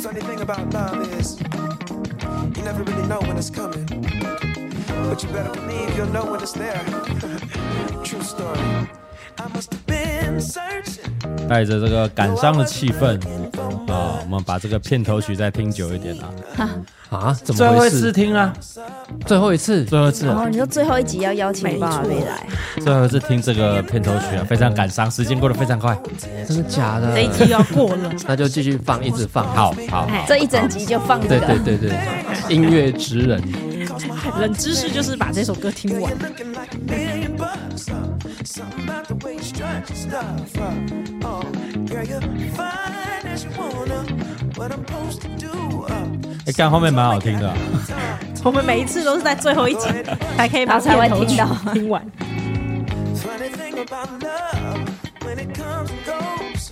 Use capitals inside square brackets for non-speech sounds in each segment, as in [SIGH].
Funny thing about love is you never really know when it's coming, but you better believe you'll know when it's there. [LAUGHS] True story. I must have been searching. 带着这个感伤的气氛啊，我们把这个片头曲再听久一点啊。啊？怎最么后回一次事？听啊，最后一次，最后一次啊， [LAUGHS] 哦，你说最后一集要邀请爸爸没来，最后一次听这个片头曲啊，非常感伤，时间过得非常快。真的假的？这一集要过了，那就继续放，一直放。哦好，好，好这一整集就放这对对个。对对，音乐之人，冷知识就是把这首歌听完。 Looking like a million bucks. uh, Something about the way you strut your stuff. uh, Oh, girl, you're fine as you wanna. What I'm supposed to do. uh, 哎，看后面蛮好听的啊， [LAUGHS] 我们每一次都是在最后一集才可以把然后才会片头听曲到听完。 Funny thing about love, when it comes and goes,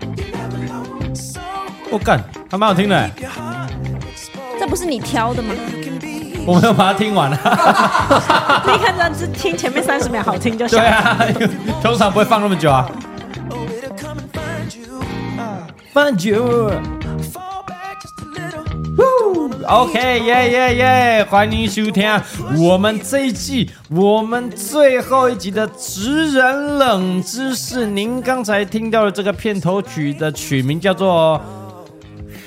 you never know. So 我哦干，还蛮好听的欸， keep your heart exposed. 这不是你挑的吗？ You can be 我没有把它听完啊。立刻让只听前面三十秒好听就对想。啊， [LAUGHS] 通常不会放那么久啊。 Oh, it'll come and find you. Uh, 放久。 fall back just a little. OK，耶耶耶！欢迎收听我们这一季我们最后一集的职人冷知识。您刚才听到的这个片头曲的曲名叫做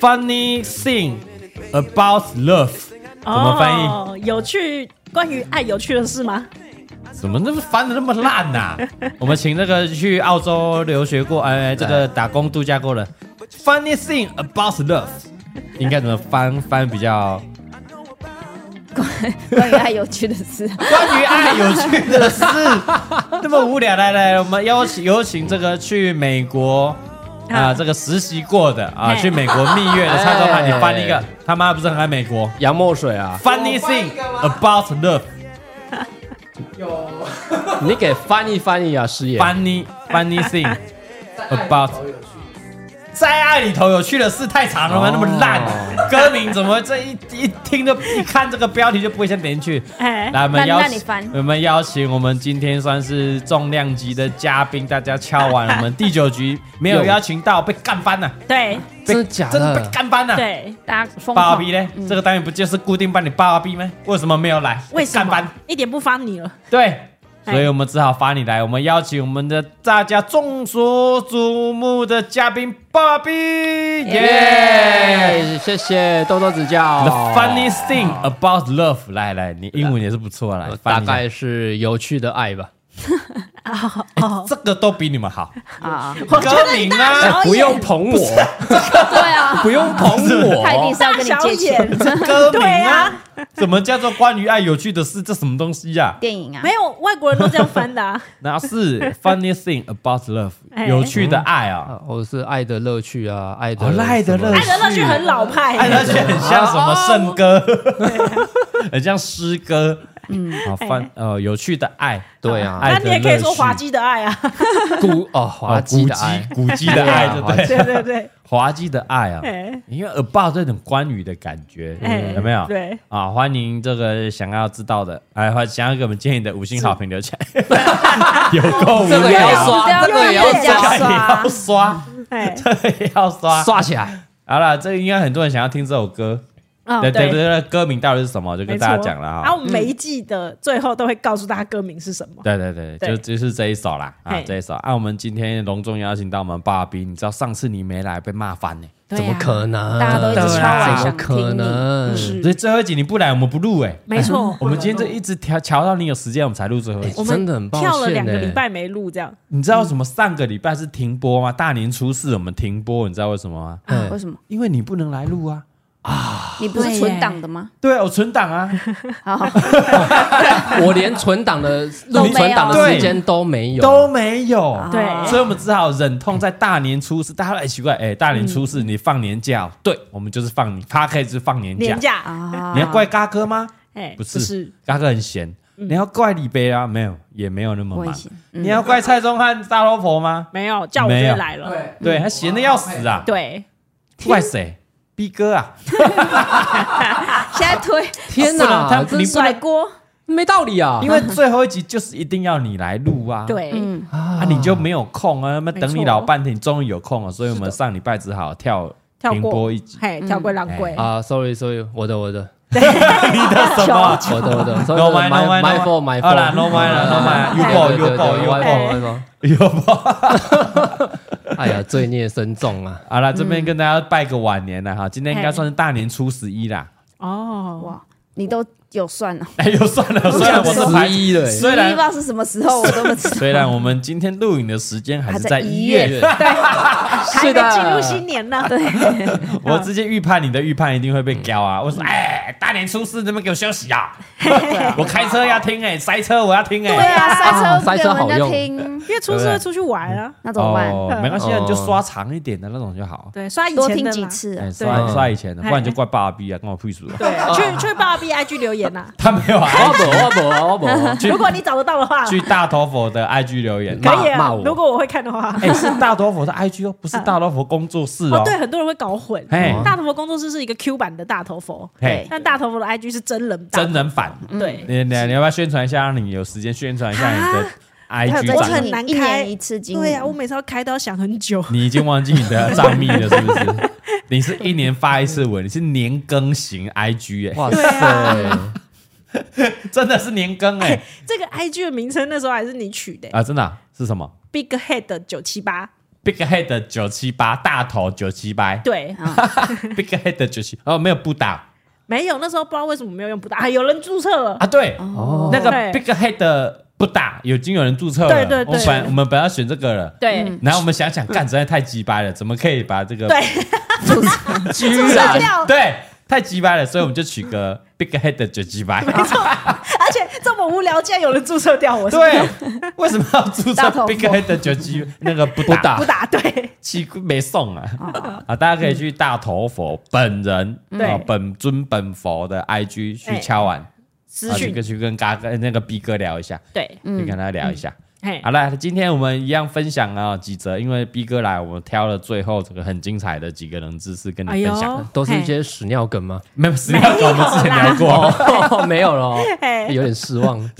《Funny Thing About Love》，怎么翻译？哦，有趣，关于爱有趣的事吗？怎么那么翻的那么烂啊呐、我们请那个去澳洲留学过，哎，这个打工度假过的《Funny Thing About Love》，应该怎么翻翻比较？关于爱有趣的事，关于爱有趣的事，那么无聊。来来，我们邀请有请这个去美国啊，啊这个实习过的啊，哎去美国蜜月的蔡宗汉，哎你翻一个，他妈不是很爱美国杨墨水啊， ？Funny thing about love, 你给翻译翻译啊，师爷。 funny funny thing about [LAUGHS] 在爱里头有趣的事太长了吗？哦那么烂，歌名怎么这一一听就一看这个标题就不会先点进去？哎来，我们那邀那你请翻我们邀请我们今天算是重量级的嘉宾，大家敲完我们第九局没有邀请到，被干翻了， [LAUGHS] 对被真的假的真的被干翻了。，对，大家疯八狂。嗯逼嘞，这个单元不就是固定帮你八逼吗？为什么没有来？ [LAUGHS] 为什被干翻么？一点不发你了？对，哎所以我们只好发你来。我们邀请我们的大家众所瞩目的嘉宾爸比，耶、耶，哎谢谢多多指 The 教。 funniest thing about love，来来，你英文也是不错啦，翻哦大一下概是有趣的爱吧。哦这个都比你们好。啊！ [LAUGHS] 我觉得歌名哎啊，不用捧我，对啊，哦不用捧 [LAUGHS] 他一定我，是要跟你小借钱。眼歌名对啊啊，怎么叫做关于爱有趣的事？这什么东西呀、电影啊没，有外国人都这样翻 [LAUGHS] 的啊。那是 funny thing about love， [LAUGHS] 哎有趣的爱啊。啊我是爱的乐趣啊，爱的哦爱的什乐么爱的乐趣很老派，哎，而且很像什么圣歌，哦 [LAUGHS] 很像诗歌。嗯，好哎翻呃，有趣的爱，对啊爱 [LAUGHS] 那的你也可以说乐趣滑，稽的爱啊。 [LAUGHS] 古哦哦滑稽的爱， [LAUGHS] 古迹古迹的对爱，对啊不滑对？对对对，滑稽的爱啊哎，因为 about 这种关羽的感觉哎，有没有？对啊，欢迎这个想要知道的，哎，欢想要给我们建议的五星好评留起来， [LAUGHS] 有够无这个也要聊，刷，这个也要这个刷，也要刷，哎，这个也要 [LAUGHS] 刷。刷起来。好了，这个应该很多人想要听这首歌，[LAUGHS] 嗯对哦对对对，歌名到底是什么，就没跟错大家讲了然啊后。我们每一季的最后都会告诉大家歌名是什么。对对对，对就就是这一首啦，啊，嘿这一首。啊，我们今天隆重邀请到我们爸比，你知道上次你没来被骂翻呢，对怎么啊可能？大家都一直对敲啊晚怎么上听可你能？所以最后一集你不来，我们不录哎。[LAUGHS] 没错，我们今天这一直调调到你有时间，我们才录最后一集。我哎真们的很抱歉跳了两个欸礼拜没录，这样你知道为什么上个礼拜是停播吗？大年初四我们停播，你知道为什么吗？啊嗯为什么？因为你不能来录啊。你不是存档的吗？对啊，我存档 [LAUGHS] 啊，好， [LAUGHS] 我连存档的录都没有存档的时间都没有，都没有。哦 [LAUGHS] 对啊所以我们只好忍痛在大年初四，大家都很奇怪，哎、大年初四你放年假哦、对我们就是放你 p a r k 是放年假，廉价，啊你要怪嘎哥吗？哎，不不是是，嘎哥很闲，你要怪李贝啊？没有，也没有那么我以忙。前嗯你要怪蔡宗汉大老婆吗？没有叫我没有就来了，对他闲的要死啊，对，怪谁？逼哥啊！现在推天不能他哪，不这你不能甩锅，没道理啊！因为最后一集就是一定要你来录啊。。对，嗯，啊，你就没有空啊？那么等没你错老半天，你终于有空了，所以我们上礼拜只好跳跳停播过一集。 [LAUGHS] 嘿，跳过浪哎柜，啊，sorry sorry，我的我 [LAUGHS] 的你的什么？我的我的 [LAUGHS] No mind, no mind, no my mind. fault 啊 my 好啦 fault， ，no mind 啦，no mind，you go, you go, you my go fault my fault。有吧？哎呀，罪孽深重 [LAUGHS] 啊！好啦，这边跟大家拜个晚年了哈，今天应该算是大年初十一啦。哦，哇，你都有算了，哎呦，算 [LAUGHS] 了，虽然我是排十一了欸十虽一不知然道是什么时候，我都不知道。虽然我们今天录影的时间 [LAUGHS] 还是在一还在月，还没进入新年呢，对，我直接预判你的预判一定会被飙啊！我说，哎，大年初四你们给我休息啊！ [LAUGHS] 我开车要听哎，塞车我要听对哎。啊，啊塞车塞车好没有人在用听，因为初四会出去玩啊，那怎么办？没关系啊，嗯你就刷长一点的那种就好。对，刷以多前听的几嘛，次啊哎，刷对刷以前的，不然你就怪爸爸逼啊，跟我屁事啊。对，去去爸爸 B I G 留言呐，他没有啊，我不我不我不， [LAUGHS] 如果你找得到的话，可去大头佛的 IG 留言。以骂骂啊我，如果我会看的话，哎、是大头佛的 IG 哦，不是大头佛工作室哦。哦，对，很多人会搞混嘿，大头佛工作室是一个 Q 版的大头佛，嘿，但大头佛的 I G 是真人版，哎真人版，嗯对，你你你要不要宣传一下？让你有时间宣传一下你的 [LAUGHS] 有 IG 在我我可账很能难一开年一次经营，对啊，我每次要开都要想很久， [LAUGHS] 你已经忘记你的账密了，是不是？你是一年发一次文，你是年更型 IG 哎、哇塞！真的是年更哎、这个 I G 的名称那时候还是你取的欸啊，真的啊、是什么，Big Head 九七八， ？Big Head 九七八大头九七八对， ，Big Head 九七哦，没有不打没有，那时候不知道为什么没有用不打，啊有人注册了，啊，对，哦那个对 Big Head 不打，已经有人注册了，对嗯对对我本来我们本来要选这个了，对然后我们想想，干实在太鸡掰了，怎么可以把这个对， [LAUGHS] 居然对太鸡掰了，所以我们就取 [LAUGHS] 个 big head 的就鸡掰。而且这么无聊，竟然有人注册掉我，是对，为什么要注册大头佛 big head 的就鸡那个不不打打不打啊对，奇怪没送啊啊！大家可以去大头佛本人哦对哦本尊本佛的 IG 去敲完，私啊去讯嗯跟去跟嘎哥那个 B 哥聊一下，对，去跟他聊一下。嘿好，了，今天我们一样分享啊几则，因为 B 哥来，我们挑了最后这个很精彩的几个冷知识跟你哎分呦享。，都是一嘿些屎尿梗吗？没有，实际上我们之前聊过，哦，没有了哦，哎嘿有点失望。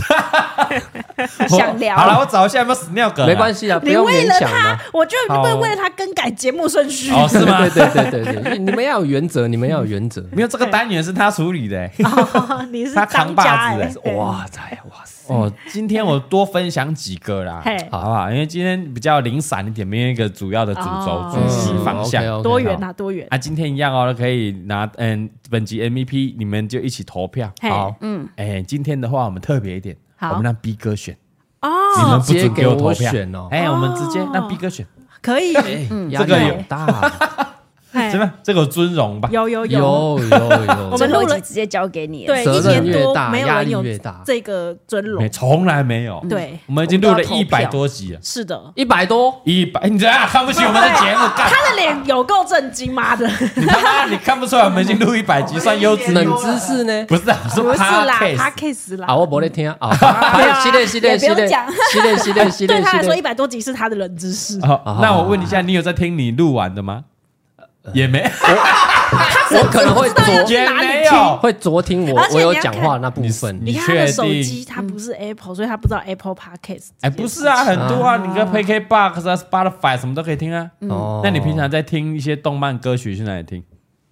想聊好了，我找一下有没有屎尿梗啊，没关系啊，不你用为勉了强他啊。，我就会为了他更改节目顺序，哦，是吗？对对对对对，你们要有原则，你们要有原则。没有这个单元是他处理的、欸， [LAUGHS] 你是他当扛把家子、哎，欸，哇塞哇塞！哦，今天我多分享几个啦嘿，好不好？因为今天比较零散一点，没有一个主要的主轴哦、嗯主题方向。 o 多元啊，多元，啊，今天一样哦，可以拿嗯，本集 MVP 你们就一起投票。嘿好，嗯，哎，今天的话我们特别一点，好我们让 B 哥选，你哦，们不直接准给我我投票选哦哎，我们直接让 B 哥选，可以，哎，这压个力有好大，嘿怎么样？这个有尊荣吧？哎有 [LAUGHS] 有有有有我这们逻录了辑直接交给你了。对，责一任年越多大没有压人力有越大这个尊没，荣，从来没有。对，我们已经录了我们都要投一百票多集了。是的。一百多，一百，你怎样看不起我们的节目？干他的脸有够震惊，妈的！你他妈，你看不出来我们已经录一百集，算优质冷知识呢？不是啊，是不是啦 podcast p k s 啦哎啊，，我不会听啊，系列系列系列系列系列系 [LAUGHS] 对列他系来说，一列，百多集是他的冷知识。好，哦那我问一下，你有在听你录完的吗？也没，我可能会昨也没有。会昨听我我有讲话那部分，你因为他的确手定机？他不是 Apple，所以他不知道 Apple Podcast。 [LAUGHS] 哎，不是啊，很多啊，你跟 PK Box 啊、Spotify 什么都可以听啊。哦那你平常在听一些动漫歌曲去哪里听？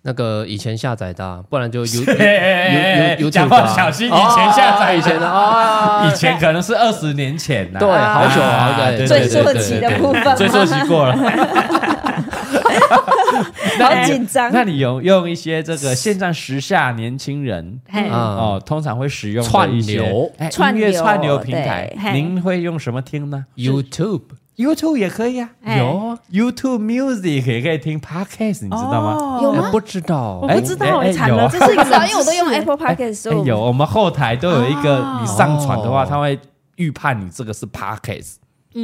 那个以前下载的啊，不 [LAUGHS] 然就有嘿嘿嘿哎有有有啊讲话小心以前哦下载以前 [LAUGHS] 的啊，以前可能是二十年前呐，对，好久啊，对，最对对朔对期对的对部分吗，最 [LAUGHS] 初期过了。好紧张。那你有用一些这个现在时下年轻人嘿啊哦，通常会使用的串一些流哎串音乐流串流平对台，嘿您会用什么听呢 YouTube ？YouTube 也可以啊，哎有啊 YouTube Music 也可以听 Podcast，你知道吗？有哎吗不知道我哎不知道，哎哎，惨有了，啊这是一不 [LAUGHS] 个知冷道，因为我都用知识 Apple Podcast，所以哎我有，我们后台都有一个，你上传的话，哦它会预判你这个是 Podcast，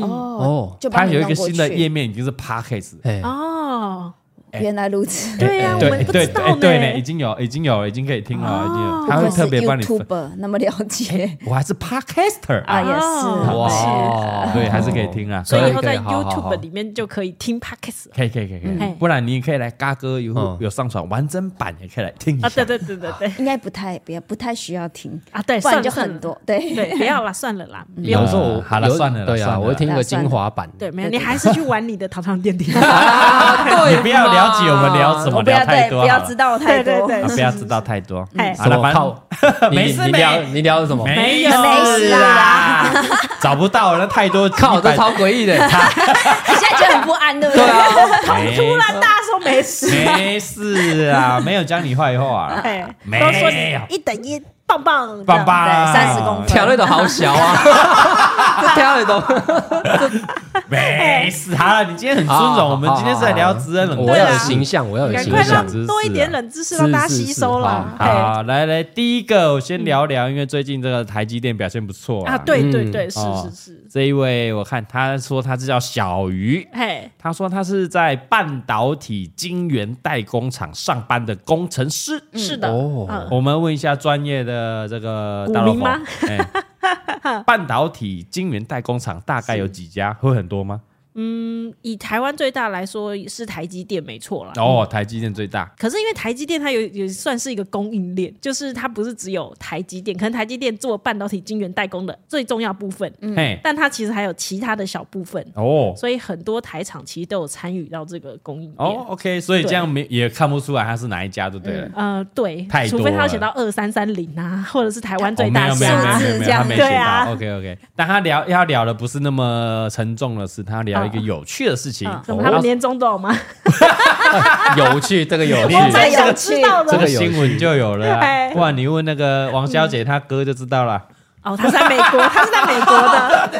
哦哦，就嗯把它你有一个弄过新的去页面已经是 Podcast。哎哦，原来如此。 [LAUGHS] 对哎呀，我 [LAUGHS] 对们不知对道对对呢，已呢。经有已经有已经可以听了，已经有，它哦不会愧是特别帮你分。 YouTuber 那么了解我还是 Podcaster [LAUGHS] 啊，也哦是。哇，对，还是可以听啊。所以以后可以可以在好好好 YouTube 里面就可以听 Podcast 可以可以可以可以，嗯不然你也可以来嘎哥有、嗯有上传完整版，也可以来听一下。啊，对对对对对，应该不太不要不太需要听，啊对，不算了然就算了很多。对对，不要啦，算了啦，不有用时候我呃好了有算了啦对算啊，了我会听啦个算了精华版，对，没有，你还是去玩你的糖糖垫垫。[LAUGHS] 啊你不要了解我们聊什么，我不要聊啊太对多不好了，要知道太对多。对啊对不要知道太多。哎好什了，么反靠正？ [LAUGHS] 你没事你没聊你聊的什么？没有没事 [LAUGHS] 啦，找不到了，太多靠，这100 [LAUGHS] 超诡异的， [LAUGHS] 啊你 [LAUGHS] 现在觉得很不安，对不对？啊突然大家说没事，没事 [LAUGHS] 啊，没有讲你坏话啊，哎，没都说你一等一棒棒棒，棒， 30公分条类都好 [LAUGHS] 小啊，这条类都，没 [LAUGHS] 事。好了，你今天很尊好重，我们今天是来聊职人冷啊知我啊识要有形象，我要有赶形快象让，知识啊多一点冷知识让大家吸收啦。哎好，来来，第一个我嗯先聊聊，因为最近这个台积电表现不错啊，对对嗯对，是哦是是，这一位我看他说他是叫小鱼，嘿，他说他是在半导体晶圆代工厂上班的工程师。是的，哦嗯，我们问一下专业的这个大老股民婆吗， [LAUGHS] 哎半导体晶圆代工厂大概有几家？会很多吗？以台湾最大来说是台积电没错啦。哦，台积电最大。可是因为台积电它有也算是一个供应链，就是它不是只有台积电，可能台积电做半导体晶圆代工的最重要部分，嘿，但它其实还有其他的小部分，哦所以很多台厂其实都有参与到这个供应链。哦，OK，所以这样没也看不出来他是哪一家，就对了。呃，对太，多除非他了有写到二三三零啊，或者是台湾哦，最没大有数没有没有没字，有没有，这他样没对写到。啊 OK OK，但他聊要聊的不是那么沉重的事，他聊一个有趣的事情。怎嗯么他哦们年终都有吗？有趣，这个有趣，我蛮们想知道这这的。个新闻就有了、啊，哎不然你问那个王小姐她哥就知道 [LAUGHS] 了。哦，他是在美国，他是在美 [LAUGHS] 国的，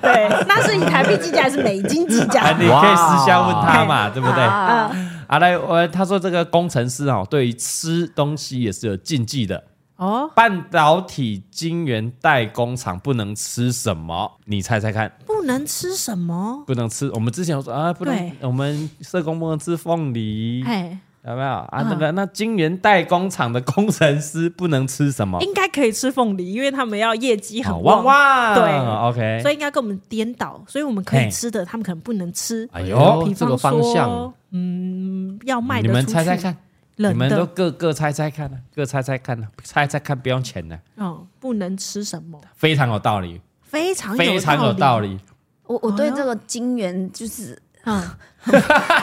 对，那是以台币计价还是美金计啊，价？你可以私下问她嘛，对不对？啊，啊，来，我他说这个工程师哦，对于吃东西也是有禁忌的。 [LAUGHS] 哦，半导体晶圆代工厂不能吃什么？你猜猜看，不能吃什么？不能吃。我们之前有说啊，不能对，我们社工不能吃凤梨，哎，有没有啊？那个那晶圆代工厂的工程师不能吃什么？应该可以吃凤梨，因为他们要业绩好很旺旺，旺，对，OK，所以应该跟我们颠倒，所以我们可哎嘿以吃的，他们可能不能吃。哎哦呦，比这方个方说，向，嗯，要卖你的们出猜猜去看。你冷们都的，各各猜猜看呢、啊各猜猜看呢、猜猜看不用钱的、嗯，不能吃什么，非常有道理，非常非常有道理，理。我我对这个金源就是嗯，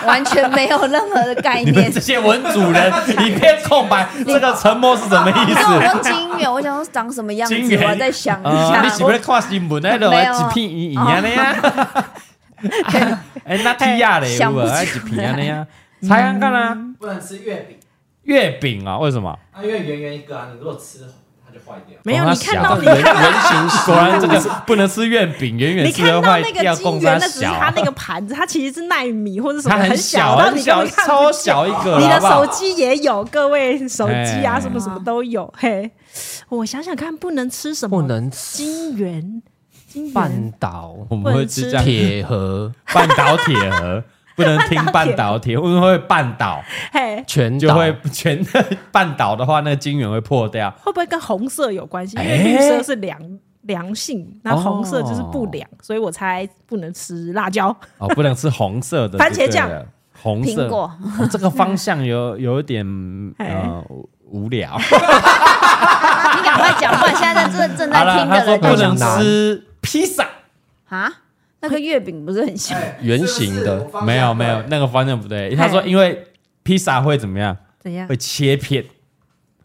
完全没有任何的概 [LAUGHS] 你们念这。些文主人一片空白，这个沉默是什么意你跟我思？说金源，我想说长什么样子，金源我还在想一啊、下。你是不是看新闻那种没有一片一一样的呀？哎，那提亚嘞，有想不无？出来啊一片安的呀？猜看看啊！不能吃月饼，月饼啊，为什么？啊，因为圆圆一个啊，你如果吃它就坏掉。没有，哦你它小看到这你个看圆圆形食果然这物个是不能吃月饼，远远你吃看会到坏那掉，个供金它元，那只是小它。那个盘子，它其实是纳米或者什它么很小，很到你根小，本看不超见。小一个，你好的不好手机也有，各位手机哎啊，什么什么都有。嘿，我想想看，不能吃什么？不能吃金元，金元半岛我们会吃这样铁盒半导体 [LAUGHS] 盒，不能听半导体，因为会绊倒，嘿，全就岛会全绊倒的话，那个晶圆会破掉。会不会跟红色有关系？因哎为绿色是良良性，那红色就是不良，所以我猜不能吃辣椒。 [LAUGHS] 哦，不能吃红色的番茄就对了，红色苹果哦这个方向有有一点呃 [LAUGHS] 哎无 [LAUGHS] 聊。你赶快讲，不然现在在正正在好了，听他的说人不在能想吃披萨，啊，那个月饼不是很像？哎圆形的是不是我方向没有没有对那个方向不对。他说因为披萨会怎么样？怎样会？切片。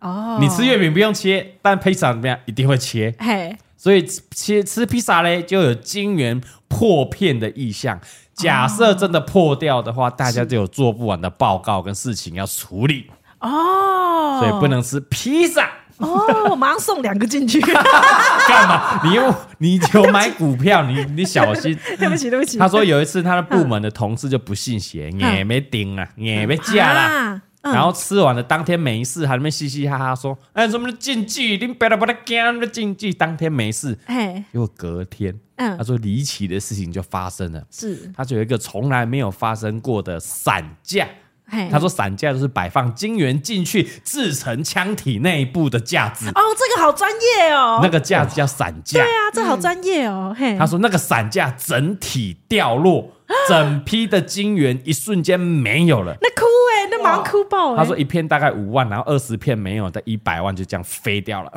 哦，你吃月饼不用切，但披萨怎么样？一定会切。嘿，所以吃切吃披萨嘞，就有晶圆破片的意向。假设真的破掉的哦话，大家就有做不完的报告跟事情要处理，哦，所以不能吃披萨。哦，我马上送两个进去。 [LAUGHS] 干嘛？你又你有买股票，你你小 [LAUGHS] 心。对不起，对不起。他说有一次他的部门的同事就不信邪，嗯也没顶啊，也没嫁啦。啊嗯然后吃完了，当天没事，还在那边嘻嘻哈哈说：“哎，什么禁忌，你别了把他干的禁忌。”当天没事，哎，结果隔天，嗯他说离奇的事情就发生了。是，他就有一个从来没有发生过的散架。嘿，他说散架就是摆放晶圆进去制成腔体内部的架子，哦，这个好专业哦。那个架子叫散架。嗯对啊，这好专业哦。嘿，他说那个散架整体掉落， [GASPS] 整批的晶圆一瞬间没有了。那哭哎，那马上哭爆哎。他说一片大概五万，然后二十片没有的，一百万就这样飞掉了。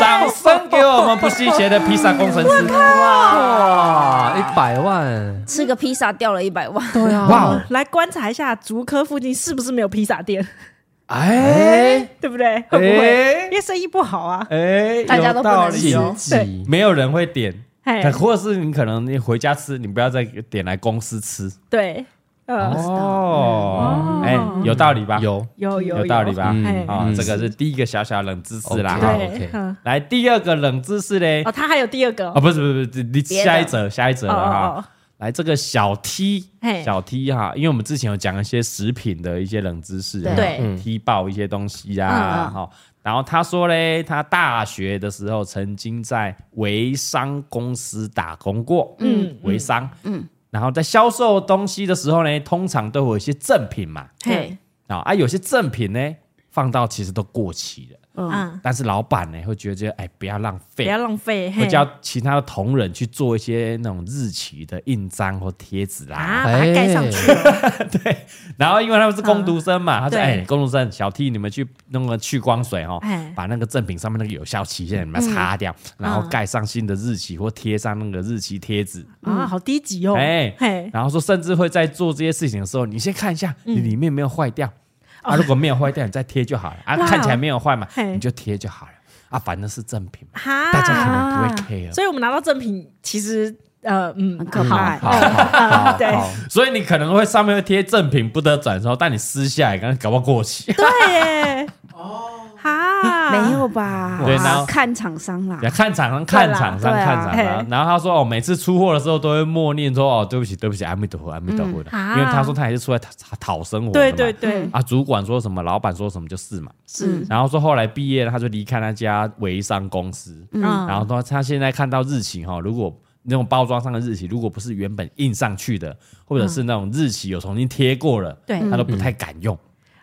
掌声给我们不吸血的披萨工程师！哇，啊一百万，吃个披萨掉了一百万，对啊哇哦，来观察一下竹科附近是不是没有披萨店， [LAUGHS] 哎对不对？会不哎会？因为生意不好啊。哎，大家都不有道能理哦吃。几没有人会点，嘿可或者是你可能你回家吃，你不要再点来公司吃对，呃，哦。哎，有道理吧？有有有哎有道理吧？嘿啊，嗯这个是第一个小小冷知识啦。 OK 哈好对 OK，嗯来第二个冷知识嘞哦，，他还有第二个啊，不是不是不是，你别的下一则下一则了哦哦哦哈。来这个小 T 嘿小 T 哈，因为我们之前有讲一些食品的一些冷知识，对对嗯踢爆一些东西啊，嗯嗯哈。然后他说嘞，他大学的时候曾经在微商公司打工过，嗯嗯，微商，嗯。然后在销售东西的时候呢，通常都会有一些赠品嘛，对，啊啊，有些赠品呢放到其实都过期了，啊，但是老板呢会觉得哎不要浪不费，要浪费，会嘿，叫其他的同仁去做一些那种日期的印章或贴纸啦。啊，把它盖上去，哎然后因为他们是工读生嘛，他说：“嗯对哎、工读生小 T，你们去弄个去光水哦哎，把那个赠品上面那个有效期限你们擦掉，嗯然后盖上新的日期或贴上那个日期贴纸。啊，好低级哦，哎、嘿，嗯然后说甚至会在做这些事情的时候，你先看一下你里面有没有坏掉、啊，如果没有坏掉，你再贴就好了啊，哦哇哦看起来没有坏嘛，嘿啊你就贴就好了啊，反正是赠品嘛，哈，大家可能不会 care 所以我们拿到赠品，其实呃，嗯，很可怕好好好，对好所以你可能会上面会贴赠品不得转售，但你撕下来，刚刚搞不好过期。对啊耶，哦，哈，没有吧？对然后看厂商啦你，要看厂商，看厂商，对看厂啊商。嘿然后他说，哦，每次出货的时候都会默念说，哦，对不起，对不起，阿弥陀佛，阿弥陀佛的。嗯啊因为他说他也是出来讨讨生活的对嘛。对嗯嗯对，啊，主管说什么，老板说什么就是嘛。是，然后说后来毕业了，他就离开那家微商公司。嗯然后说他现在看到日期哈、哦，如果那种包装上的日期，如果不是原本印上去的，或者是那种日期有重新贴过了，嗯对嗯他都不太敢用。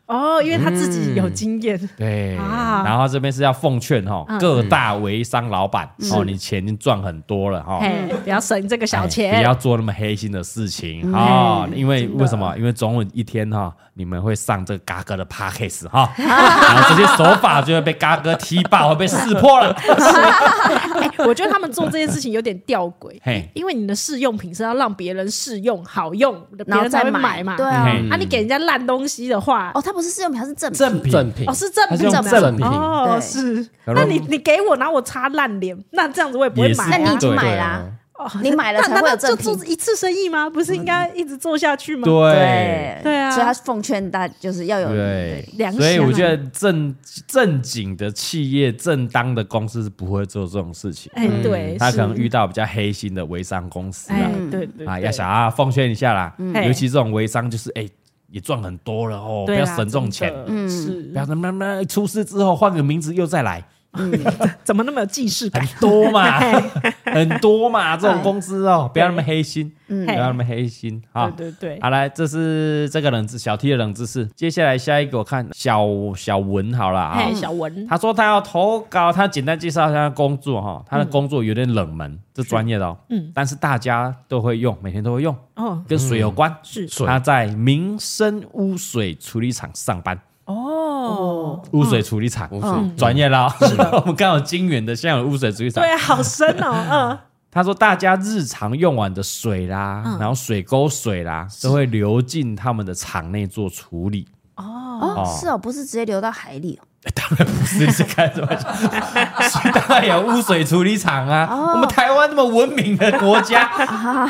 哦，因为他自己有经验，对，啊嗯然后这边是要奉劝哈、各大微商老板、哦，你钱已经赚很多了哈、嘿，不要省这个小哎钱，嗯不要做那么黑心的事情哈、因为为什么？因为总有一天哈、你们会上这个嘎哥的 p a c k a g e [LAUGHS] 哈，然后这些手法就会被嘎哥踢爆，会被识破 [LAUGHS] 了。哎，我觉得他们做这件事情有点吊诡嘿，因为你的试用品是要让别人试用好用，别然后人才再会买嘛，对啊，嘿啊，你给人家烂东西的话，哦，它不是试用品，它是正品，正品，赠品哦，是赠它品是用啊赠品哦，对是。然后那你你给我，然后我擦烂脸，那这样子我也不会也是买那你已啊。经对买对啦啊，哦你买了那才会有那就赠做品，一次生意吗？不是应该一直做下去吗？，嗯对。对啊所以他奉劝大家就是要有对良，心啊所以我觉得正正经的企业、正当的公司是不会做这种事情。哎，对，嗯他可能是遇到比较黑心的微商公司哎啊，，嗯对对啊，对嗯要想啊，奉劝一下啦，嘿尤其这种微商就是哎、也赚很多了哦，不对要啦省这种钱，真的是嗯不要他妈妈出事之后换个名字又再 [LAUGHS] 来，怎么那么有既视感很？多嘛，很多嘛，这种公司哦，不要那么黑心，不要那么黑心啊。嗯对对对好来，这是这个冷知小 T 的冷知识，接下来下一个我看小小文好了啊哎，。小文，他说他要投稿，他简单介绍一下他的工作哈，嗯他的工作有点冷门，这专业的哦，嗯，但是大家都会用，每天都会用，哦跟水有关。是水他在民生污水处理厂上班，哦，嗯污水处理厂，污水专业啦、哦。 [LAUGHS] 我们刚好金源的，现在有污水处理厂对。啊，好深 [LAUGHS] 哦，他说，大家日常用完的水啦，然后水沟水啦，都会流进他们的厂内做处理。嗯，哦，是哦，不是直接流到海里哦。当然 [LAUGHS] 不是，是开什么玩笑？ [LAUGHS] 所以当然有污水处理厂啊！我们台湾那么文明的国家，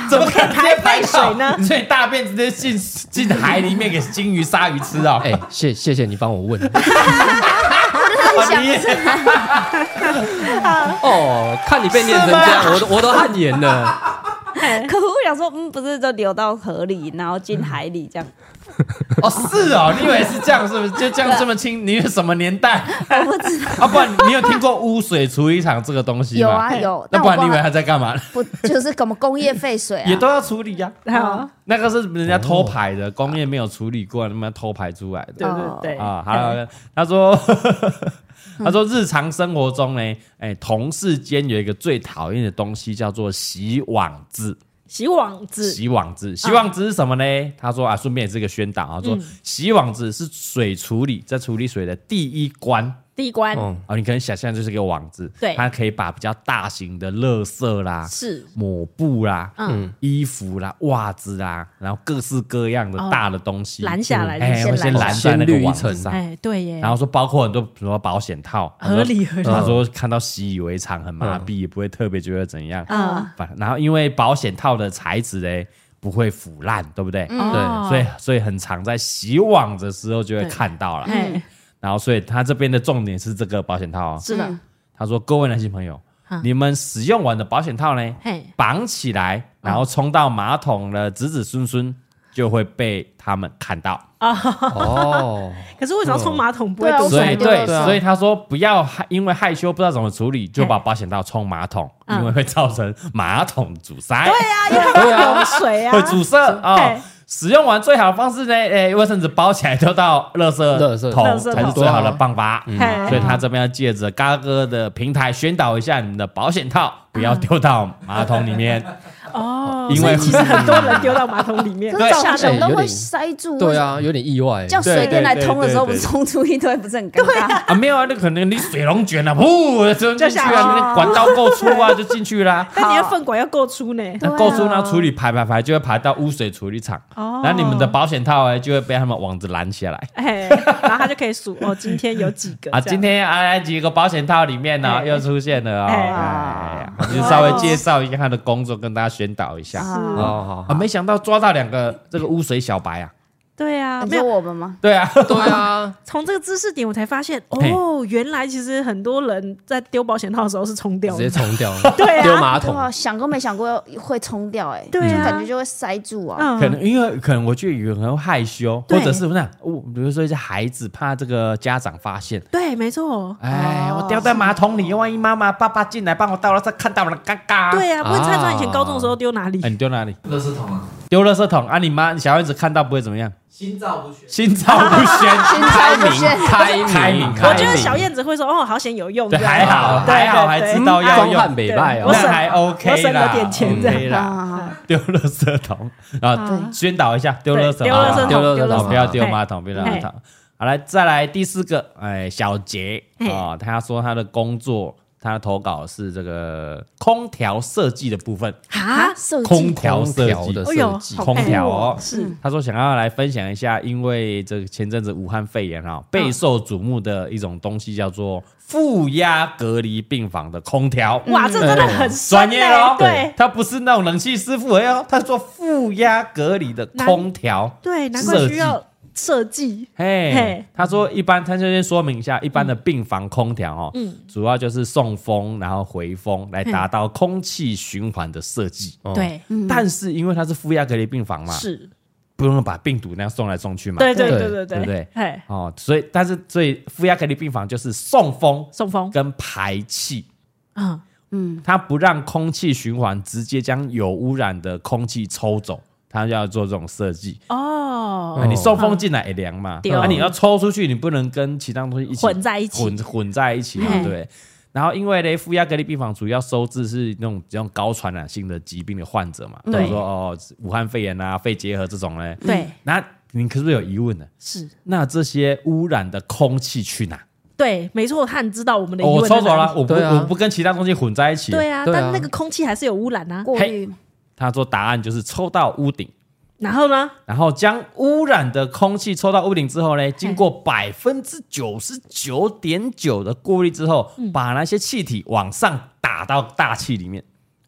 怎么可以直接排水呢？所以大便直接进进海里面给金鱼、鲨鱼吃啊！哎，谢谢谢你帮 [LAUGHS] 我问你哦，看你被念成这样，我都我都汗颜了。可我想说，嗯，不是就流到河里，然后进海里这样，哦，是哦，你以为是这样是不是？就这样这么轻？啊你是什么年代？ [LAUGHS] 我不知道。啊，不然你有听过污水处理厂这个东西吗？有啊有那但不我然你以为忘了他在干嘛？不 [LAUGHS] 就是什么工业废水啊？也都要处理呀、哦好，那个是人家偷排的，工业没有处理过，他妈偷排出来的对哦对对，啊。好了，他说， [LAUGHS] 他嗯说日常生活中呢，哎、同事间有一个最讨厌的东西叫做洗网子。洗网子洗网子，洗网子是什么呢？嗯他说啊，顺便也是一个宣导啊，说洗网子是水处理在处理水的第一关第一关嗯，啊。你可能想象就是一个网子，对它可以把比较大型的垃圾啦、是抹布啦、嗯衣服啦、袜子啦，然后各式各样的哦大的东西拦下来，哎，我先先拦下来，拦在那个先滤一网子层上。哎，对耶啊然，后说，包括很多什么保险套，他说合理合理他说看到习以为常，很麻痹，也不会特别觉得怎样。嗯，反然后因为保险套的材质嘞不会腐烂，对不对？哦对，所以所以很常在洗网的时候就会看到了。哎，然后，所以他这边的重点是这个保险套、哦。是的，他说：“各位男性朋友，你们使用完的保险套呢嘿，嗯绑起来，然后冲到马桶了，子子孙孙就会被他们看到。哦，可是为什么要冲马桶不会对啊堵为什所么塞以丢呢？对，垃圾所以他说不要害，因为害羞不知道怎么处理，就把保险套冲马桶，嗯因为会造成马桶阻塞。对啊呀，有水啊会，阻塞啊对。使用完最好的方式呢，诶，卫生纸包起来丢到垃垃圾圾桶垃圾桶才是最好的办法。嗯嘿所以他这边要借着嘎哥的平台宣导一下你们的保险套，不要丢到马桶里面，嗯哦，因为所以其实很多人丢到马桶 [LAUGHS] 里面这，对种哎什么有都会点塞住，对，啊，有点意外。叫对水对电来对通的对时候对不不是是冲出一堆，不是很尴尬？啊，没有啊，那可能你水龙卷啊，噗，就进去就下啊，那管道够粗啊，就进去啦。但你的粪管要够粗呢，那够粗呢，处理排排排就会排到污水处理厂，哦然后你们的保险套呢就会被他们网子拦起来。哎，然后他就可以数哦，今天有几个啊，这样今天啊几个保险套里面呢、哎又出现了哦哎哎呀，我就稍微介绍一下他的工作，跟大家宣导一下。哦，好啊，好，没想到抓到两个这个污水小白啊！对啊，你没说有我们吗？对啊，嗯对啊，从这个知识点我才发现嘿哦，原来其实很多人在丢保险套的时候是冲掉直的接，冲掉，对啊丢马对桶。啊，想都没想过会冲掉，哎，对啊就感觉就会塞住啊。嗯可能因为可能我觉得有人会害羞，对或者是不是啊？我比如说一些孩子怕这个家长发现，对，没错，哎，哦我掉在马桶里，万一妈妈爸爸进来帮我倒了，再看到了尴尬。对啊，啊不然蔡庄以前高中的时候丢哪里哎，？你丢哪里？垃圾桶啊，丢垃圾桶啊！你妈小孩子看到不会怎么样？心照不宣。心照不 [LAUGHS] 宣，心照不宣开明，开明我觉开得明小燕子会说哦，好险有用，对，这样还好，对还好，还对哎知道要装用。汉北拜我哦对。哎那省还 OK 啦，我省了点钱这样 OK 啦，啊，丢垃圾桶，然后宣导一下，丢垃圾桶，对丢垃圾哎桶丢丢丢垃圾桶不要丢马嘿桶，不要丢马桶。好来，再来第四个，哎，小杰嘿啊，他说他的工作，他的投稿是这个空调设计的部分，啊，设空计调设空计调的哎呦设，计好空酷调哦哦是他说想要来分享一下，因为这个前阵子武汉肺炎哈、嗯备受瞩目的一种东西叫做负压隔离病房的空调。哇，这真的很深专业哦欸，对他不是那种冷气师傅哎呦，他是做负压隔离的空调。对，难怪需要设计，嘿嘿，他说一般，他就先说明一下，一般的病房空调哦，嗯主要就是送风然后回风来达到空气循环的设计。哦，对，嗯但是因为它是负压隔离病房嘛，是，不用把病毒那样送来送去嘛，对对对对对对不对嘿，哦，所以但是所以负压隔离病房就是送风送风，跟排气，嗯，它不让空气循环，直接将有污染的空气抽走。它要做这种设计，哦，啊你送风进来也凉嘛，对哦啊，你要抽出去，你不能跟其他东西一起混在一起混混在一起嘛，嗯对。然后因为嘞，负压隔离病房主要收治是那种比较高传染性的疾病的患者嘛，比嗯对如说哦，武汉肺炎啊、肺结核这种嘞，对，那你可是不是有疑问呢？是，那这些污染的空气去哪？对，没错，他很知道我们的疑哦问我抽走在哪里了，，我不、对啊我不跟其他东西混在一起。对啊，对啊但那个空气还是有污染啊，过滤，他说答案就是抽到屋顶，然后呢，然后将污染的空气抽到屋顶之后哎呢，经过百分之九十九点九的过滤之后，嗯把那些气体往上打到大气里面，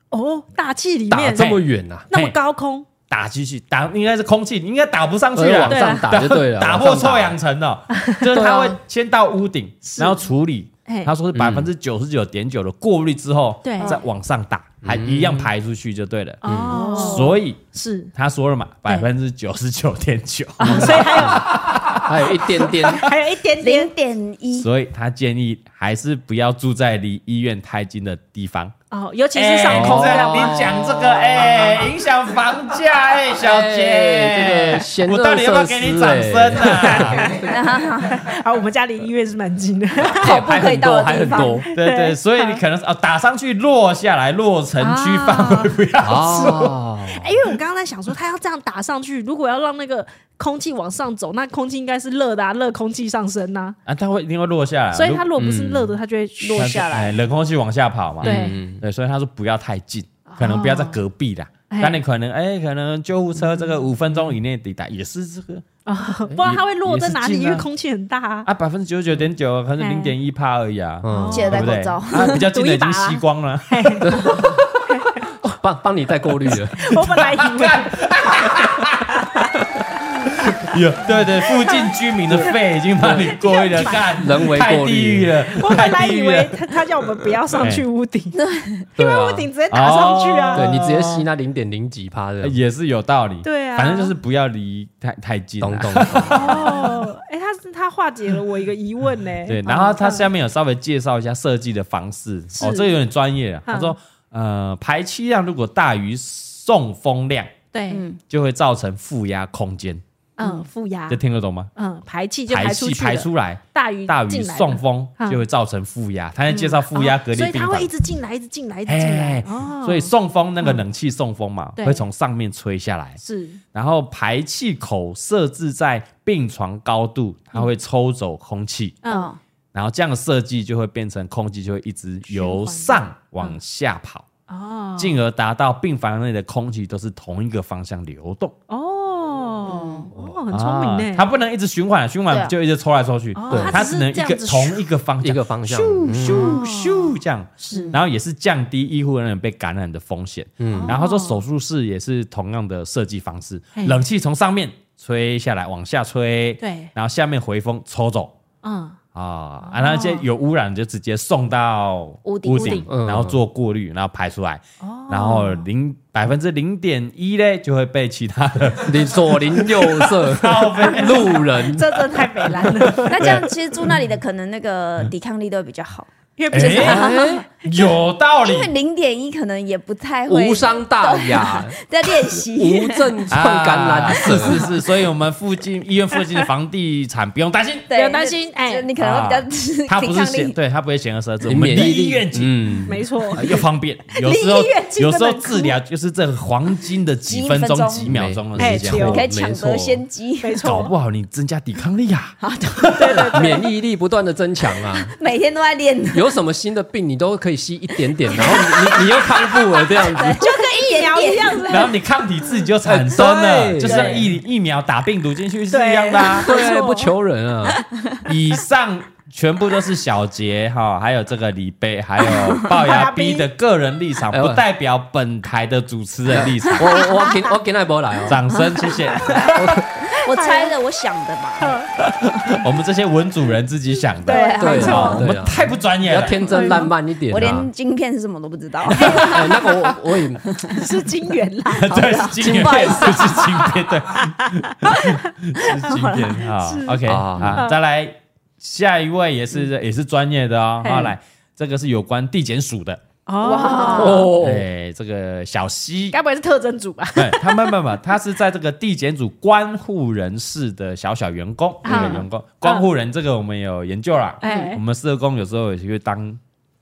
哦，大气里打面这么远啊，那么高空，打进去，打应该是空气，应该打不上去呃啊了，往上打就对了，啊啊打往破上臭氧层哦，就是它会先到屋顶， [LAUGHS] 是然后处理。哎嗯他说是百分之九十九点九的过滤之后，对再往上打，还嗯一样排出去就对了。哦，嗯所以 [LAUGHS] 是，他说了嘛，百对啊分之九十九点九，所以还有还哎有一点点，还有一点点零点一，所以他建议还是不要住在离医院太近的地方。哦，尤其是上空哎这样这样你讲这个，哦哎、影响房价，哎、小姐，哎这个闲我到底要不要给你掌声呢、哎啊？哎啊，我们家离医院是蛮近的， [LAUGHS] [LAUGHS] 跑步可以到的地哎还很多， [LAUGHS] 对对，所以你可能是哦，打上去落下来，落城区范围不要啊，哎因为我刚刚在想说，他要这样打上去，如果要让那个空气往上走，那空气应该是热的啊，热空气上升呐、 [LAUGHS] 啊，它会一定会落下来，所以它如嗯如果不是热的，它就会它落是下来。哎冷空气往下跑嘛，对哎嗯，对，所以他说不要太近，可能不要在隔壁啦。哦哎但你可能哎，可能救护车这个五分钟以内抵达也是这个 [LAUGHS] 不知道它会落在哪也哎是里，因近啊为空气很大啊。啊，百分之九十九点九，可能哎零点一趴而已啊，嗯，记得对戴不口对？罩。 [LAUGHS] 啊，比较近的已 [LAUGHS] 赌一把经啊吸光了，帮帮你带过滤了， [LAUGHS] 我本来以为啊有哎对对，附近居民的肺已经帮你过 [LAUGHS] 滤了，干人为太过滤地狱了， [LAUGHS] 我本来太地以狱为了。哎他他叫我们不要上去屋顶， [LAUGHS] 对啊屋顶直接打上去哦啊。对你直接吸那零点零几趴哎的，也是有道理，对啊反正就是不要离太太近啊，懂懂懂，哦，哎，他是他化解了我一个疑问呢。对，然后他是下面有稍微介绍一下设计的方式，哦，这个有点专业啊。他说，呃，排气量如果大于送风量，对，就会造成负压空间，嗯，负压这，听得懂吗？嗯，排气就排出气去排了，出来大于大于进来的送风，嗯就会造成负压。他在介绍负压隔离哦所以病它房会一，直进来，一直进来，一直进来哎。，哦，所以送风那个冷气送风嘛，对会从上面吹下来，是然后排气口设置在病床高度，它会抽走空气。嗯，然后这样的设计就会变成空气就会一直由上往下跑，哦进而达到病房内的空气都是同一个方向流动。哦，哦，很聪明啊呢。它不能一直循环，循对环啊就一直抽来抽去，哦对它它只只能是一这样个子同一个方一向个方向，咻嗯咻咻这样。是然后也是降低医护人员被感染的风险。嗯，然后他说手术室也是同样的设计方式，嘿冷气从上面吹下来，往下吹，对然后下面回风抽走，嗯，啊，啊，那些有污染就直接送到屋顶屋屋顶顶，嗯然后做过滤，然后排出来，然后零百分之零点一嘞就会被其他 [LAUGHS] 的你左邻右舍、 [LAUGHS] 路人，这真太北蓝了，那这样其实住那里的可能那个抵抗力都会比较好，因为毕竟 [LAUGHS] 哎有道理因为零点一可能也不太会无伤大雅， [LAUGHS] 在练无习。症状啊感染是者是是，所以我们附近医院附近的房地产不用担心， [LAUGHS] 对不要担心哎就你可能会 [LAUGHS] 比它较不抵是抗显力。对它不会显而奢侈，我你们免离疫医力院近。嗯，没错，啊又方便，有时 [LAUGHS] 候离医院近有时候根本治疗就是这个黄金的几分几分钟、钟几秒钟的哎时对间哦，可以抢得先机，没搞错，不好你增加抵抗力啊！免疫力不断的增强啊。每天都在练，就有什么新的病，你都可以吸一点点，然后你你你又康复了这样子。跟疫苗一样 [LAUGHS] 然后你抗体自己就产生哎了，对就是像疫疫苗打病毒进去是一样的、啊。对，不求人啊，以上全部都是小杰哈，还有这个李贝，还有龅牙 B 的个人立场，哎呦不代表本台的主持人立 [LAUGHS] 场。我我我给我给那波来哦，掌声，谢谢。我猜的，我想的嘛，我们这些文主人自己想的，对对好不好啊，哦我对们啊，太不专比业较了。天真烂漫一点我啊连。晶片是什么都不 [LAUGHS] 知道。哎，那个我我也是金元 [LAUGHS] 啦。 [LAUGHS] 对，是金片，不好意不是金片，对，是金片 [LAUGHS] 啊。OK，啊好，再来下一位也是也是专业的哦。嗯嘿好，来，这个是有关地检署的。哦，哦，哎，这个小西，该不会是特征组吧？对，他慢慢嘛，他是在这个地检组关护人事的小小员工，啊那个员工关护人这个我们有研究啦，哎我们社工有时候也是会当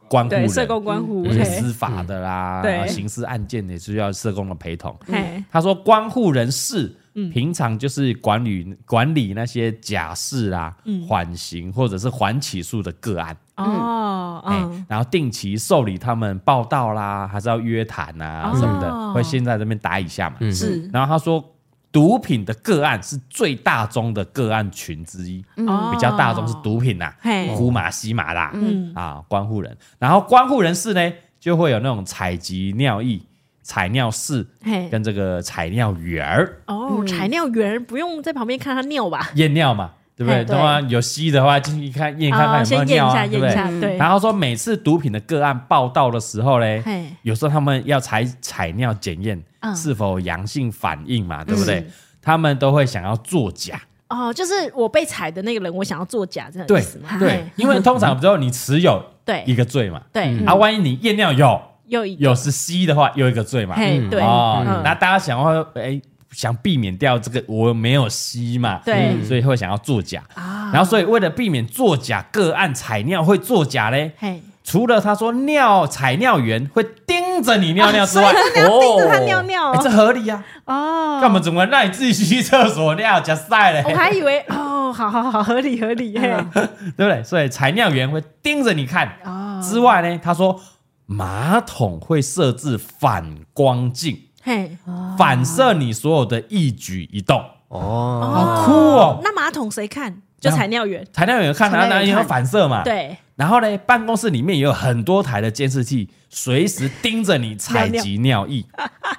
关护对，人，社工关乎，有些嘿司法的啦，对然后刑事案件也需要社工的陪同。嘿，他说，关护人事嗯平常就是管理管理那些假释啦、嗯缓刑或者是缓起诉的个案。哦，哎、嗯，然后定期受理他们报道啦，还是要约谈啊哦什么的，会先在这边打一下嘛。是然后他说，毒品的个案是最大宗的个案群之一，嗯哦比较大宗是毒品呐、嘿呼麻、吸麻啦，嗯啊，关护人，然后关护人士呢，就会有那种采集尿液、采尿室嘿跟这个采尿员儿哦，采尿员不用在旁边看他尿吧？验尿嘛，对不对？哎对等会有吸的话，进去看验看看有没有先验尿一啊，下，对验不一对？下，对。然后说每次毒品的个案报道的时候嘞，嘿，有时候他们要采采尿检验嗯是否有阳性反应嘛，对不对？他们都会想要作假，哦，就是我被踩的那个人，我想要作假，这样的对意思吗？对，因为通常只有你持有对一个罪嘛， [LAUGHS] 对，嗯啊，万一你验尿有又一有是 C 的话，又一个罪嘛，嘿，对，哦嗯，那大家想要哎想避免掉这个我没有 C 嘛，嗯对啊所以会想要作假，然后所以为了避免作假个案采尿会作假嘞，嘿，除了他说尿采尿员会盯着你尿尿之 [LAUGHS] 外，哦，盯着他尿尿哎哦这合理呀、哦啊，干嘛怎么让你自己去厕所尿加晒嘞？我还以为哦，好好好，合理合理，嘿， [LAUGHS] 对不对？所以采尿员会盯着你看。哦，之外呢，他说马桶会设置反光镜，嘿，反射你所有的一举一动。哦，好酷哦那马桶谁看？就采尿员，采尿员有看啊，采尿那员也有看反射嘛。。对，然后呢，办公室里面也有很多台的监视器，随时盯着你采集尿液。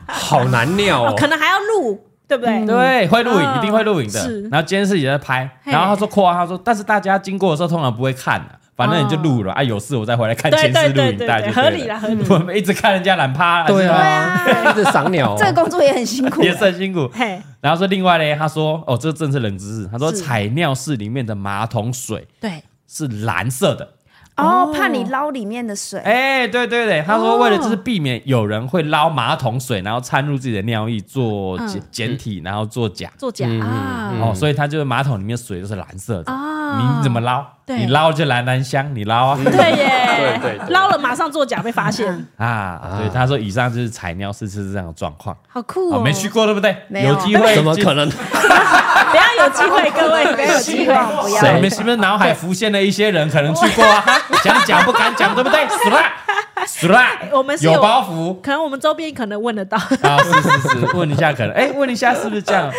好难尿哦哦，可能还要录，对不对？对，会录影，嗯一定会录影的是。然后监视也在拍，嘿然后他说括号，他说，但是大家经过的时候通常不会看的、反正你就录了、啊，有事我再回来看哦对监视对录对影对带就对，对合理啦了。合理。我们一直看人家懒趴， [LAUGHS] 对是吧，啊，一直赏鸟哦，这个工作也很辛苦也，是很辛苦。嘿，然后说另外呢，他说哦，这真是冷知识。他说是采尿室里面的马桶水对，是蓝色的。哦，怕你捞里面的水，哎，对对对，他说哦为了就是避免有人会捞马桶水，然后掺入自己的尿液做嗯检检体，然后做假。作假啊，哦，所以他就是马桶里面水都是蓝色的啊你怎么捞？对你捞就蓝蓝香，你捞啊对耶，对对对捞了马上作假被发现， [LAUGHS] 啊！对，他说以上就是采尿是是这样的状况好酷啊，哦！没去过对不对？没有机会怎么可能？不要有机 [LAUGHS] 会，各位没有机会，不要。谁？你们是不是脑海浮现了一些人可能去过啊？想讲不敢讲，对不对？死啦死啦！ [LAUGHS] 我们是有有包袱可能我们周边可能问得到。啊！是是是，问一下可能哎，问一下是不是这样？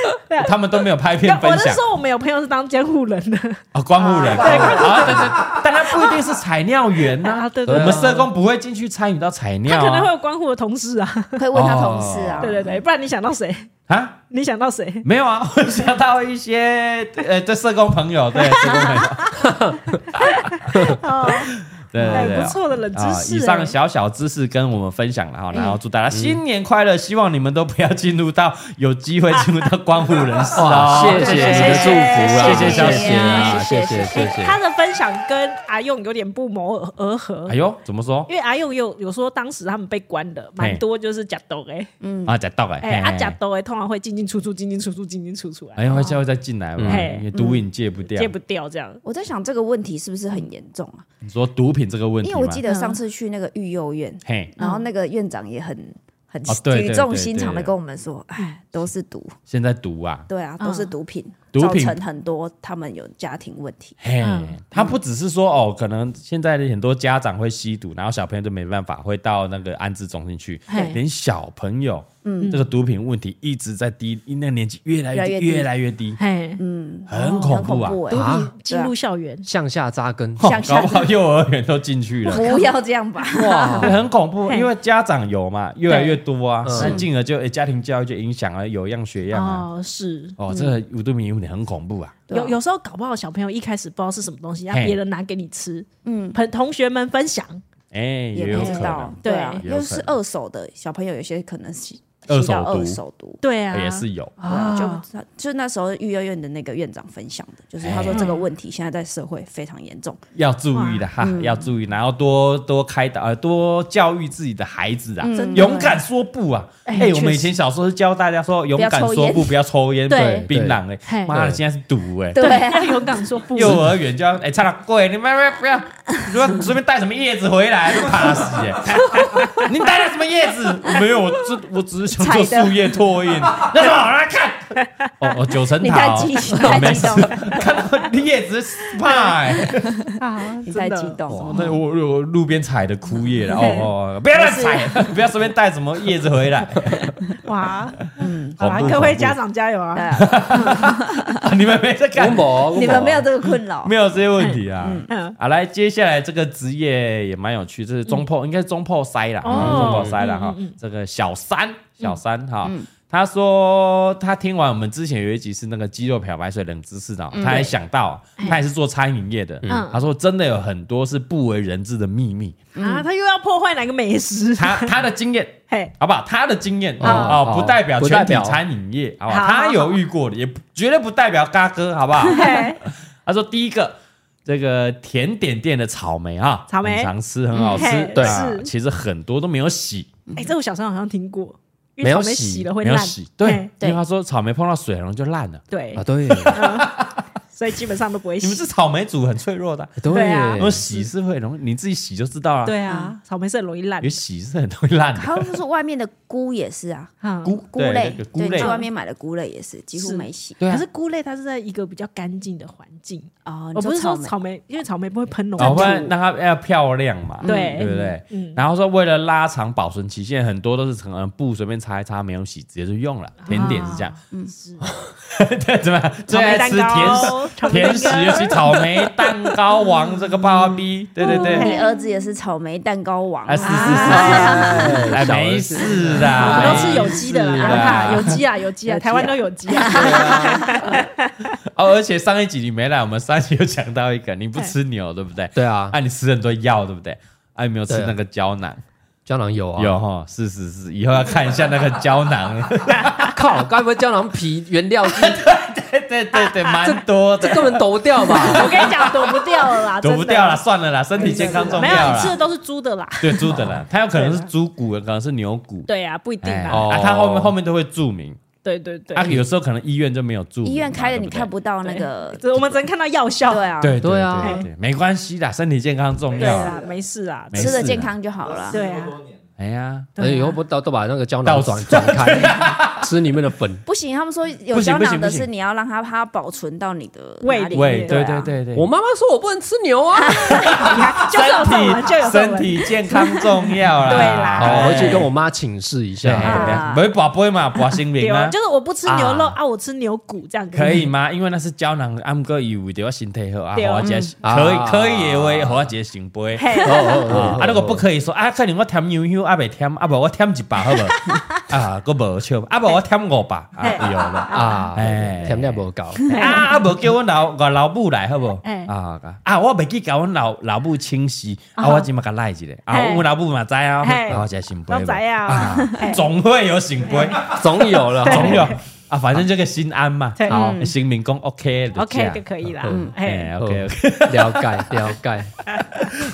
他们都没有拍片啊我分是享说，我们有朋友是当监护人的，啊，光顾人啊，对对，但他不一定是采尿员呐啊。对对我对们社工不会进去参与到采他尿可能会啊有关护的同事啊。可以问他同事啊哦对，对对，不然你想到谁？啊。你想到谁？没有啊，我想到一些呃，对社工朋 [LAUGHS] 友，对社工朋友，哦， [LAUGHS] 对对对，哎不错的冷知啊识嗯以哎上小小知识跟我们分享了哈，然后祝大家新年快嗯乐，希望你们都不要进入到有机会进入到关护人士哦哇，。谢谢你的祝福啊，谢谢小姐啊谢谢谢谢谢他。的分享跟阿用有点不谋而而合哎。呦，怎么说因为阿用有有说，当时他们被关的蛮多，就是假斗哎，啊？假到哎，哎，啊嘿假，斗哎，通常会进进出出，进进出出，进进出出，哎哎，呦，下回再进来吧，嘿因为毒瘾戒不掉嗯戒。不掉这样。我在想这个问题是不是很严重啊？你说毒品这个问题因吗为我？记得上次去那个育幼院，嘿，然后那个院长也很很哦对对语重心长对的对跟我们说，哎，都是毒，现在毒啊，对啊，嗯都是毒品，毒造品成很多他们有家庭问题。嘿嗯，他不只是说哦，可能现在的很多家长会吸毒，然后小朋友就没办法，会到那个安置中心去嘿，连小朋友，嗯，这个毒品问题一直在低，那个年纪越来越来越越低低越来越 [LAUGHS] 低，嘿，嗯，很很恐恐怖啊！怖哎、啊，进入校园，向下扎根，哦想搞象不好幼儿园都进去 [LAUGHS] 了。不要这样吧，哇对，很恐怖，因为家长有嘛，越来越多啊，嗯那进而就诶家庭教育就影响了，有样学样啊。哦，是哦，这个无毒品有点很恐怖啊。对啊有有时候搞不好小朋友一开始不知道是什么东西，让嘿别人拿给你吃，嗯，朋同学们分享，哎，也也有不可知道能，，对啊，也有又可是能二手的小朋友，有些可能吸二手吸到毒二手毒。对啊，也是有。对啊，啊就就那时候育幼院的那个院长分享的，就是他说哎嗯这个问题现在在社会非常严重，要注意的哈，要注意，然后多多开导，呃，多教育自己的孩子啊，真的勇敢说不啊！哎、我们以前小时候是教大家说勇敢说不，不要抽烟，对对槟榔、哎，嘿妈的，现在是毒哎、对 [LAUGHS] 啊要勇敢说不。 [LAUGHS] 幼儿园就要哎，差点贵，你妈妈不要，你说随便 [LAUGHS] 带什么叶子回来，怕死哎！你带了什么叶子？没有，我只我只是叫踩做的树叶拓印， [LAUGHS] 那什么我来看，哦哦，九层你塔太哦，激太没激事动，看到叶子怕欸，啊，你真太的激动 [LAUGHS] 哦嗯了。那我我路边采的枯叶了，哦哦，哦不要乱采， [LAUGHS] 不要随便带什么叶子回来，哇，嗯，好恐啦，怖各位恐怖家长加油对啊！啊啊 [LAUGHS] 你们没在我干，某，你们没有这个困扰没有这些问题啊。嗯，啊，来，接下来这个职业也蛮有趣，这是中炮，应该是中炮塞啦，哦中炮塞啦哈。这个小三，小三哈，他说他听完我们之前有一集是那个鸡肉漂白水冷知识的，他还想到他也是做餐饮业的，他说真的有很多是不为人知的秘密，啊，他又要破坏哪个美食？ [LAUGHS] 他他的经验。嘿，好不好？他的经验哦哦，好不代表不全代体表餐饮业，好不好好？好好他有遇过的，也不绝对不代表嘎哥，好不好？ [LAUGHS] 嘿，他说第一个这个甜点店的草莓啊，草莓很常吃，很好吃嗯嘿，对是啊，其实很多都没有洗，哎，这我小时候好像听过，因没为有草莓洗洗了会没有烂，洗，对，嘿因为他说草莓碰到水很容易就烂了。对啊，，对所以基本上都不会你们洗是。草莓族很脆弱的，对啊因为洗是会容易，你自己洗就知道了。对啊，草莓是很容易烂因为。洗是很容易烂的。还有就是外面的菇也是啊，嗯菇菇对类那个，菇对，类去外面买的菇类也是几乎是没洗对可啊是，菇类它是在一个比较干净的环境，哦。我你不是说莓草莓，因为草莓不会喷浓哦然后度，让它要漂亮嘛，对对不对？嗯然后说为了拉长保存期限，很多都是可能布随便擦一擦，没有洗直接就用了。甜点是这样，是对，怎么样最爱吃甜食？草莓甜蛋糕食，尤其草莓蛋糕王这个爸爸 [LAUGHS] 逼，对对对，你儿子也是草莓蛋糕王啊是是啊，是，哎小儿没子事的，哎我们都没吃有机的事啦，不怕有机啊，有机啊，有机啊台湾都有 [LAUGHS] 机啊。哦，而且上一集你没来，我们上一集有讲到一个，你不吃牛对不对？对啊，啊，你吃很多药对不对？啊，你没有吃对啊那个胶囊，胶囊有啊，有哈，是是是，以后要看一下那个胶囊， [LAUGHS] 靠，该不会胶囊皮原 [LAUGHS] 料是对对对对，蛮多的，根本抖掉啊吧？我跟你讲，躲不掉了 [LAUGHS] 啦，躲不掉了，真算了啦，身体健康的。重没要有，你吃的啦。都是猪的啦。对猪的 [LAUGHS] 啦，它有可能是猪骨，有可能是牛骨，对啊，不一定哎啦。哦啊，它后面后面都会注明。对对对啊，，有时候可能医院就没有注明嘛，医院开的对你对看不到那个，这我们只能看到药效。对啊，对对啊对对，没关系啦，身体健康重对要啦啊。，没事啊。没事吃的健康就好了。对这啊么，多年，哎呀，哎，以后不都都把那个胶囊倒转转 [LAUGHS] 开，吃里面的粉。不行，他们说有不行胶囊不行不的行是你要让它它保存到你的胃哪里喂，对对对啊对对，我妈妈说我不能吃牛啊，就是有这种，就有这身种。体健康重要啦。哦对啦好，回去跟我妈妈请示一讲啊下。，不会宝贝嘛，宝心对灵啊，啊就。是我不吃牛肉啊啊，我吃牛骨这样可以。吗？因为那是胶囊，阿姆哥以为对我身体好啊，对我姐嗯可以啊可以的话，和我姐行不？嘿，哦哦哦啊，如果不可以说啊，可能我添牛肉啊，未添啊，无我 [LAUGHS] 添一百好无？啊，我无笑，啊无我添五百啊，嘿对了。啊，哎甜量不够， [LAUGHS] 啊啊！无叫阮老 [LAUGHS] 我老母来好无？哎啊啊！我袂记甲阮老老母清洗，啊，我即马甲赖一下啊，嘿阮老母嘛知啊，嘿啊，我只醒杯都无知啊。嘿总会有醒杯， [LAUGHS] 总有哦了，总有啊，反正这个心安嘛对，好，新民工 OK 的嗯 OK 就可以啦。嗯嘿，哎 OK OK。了解了 [LAUGHS] 解，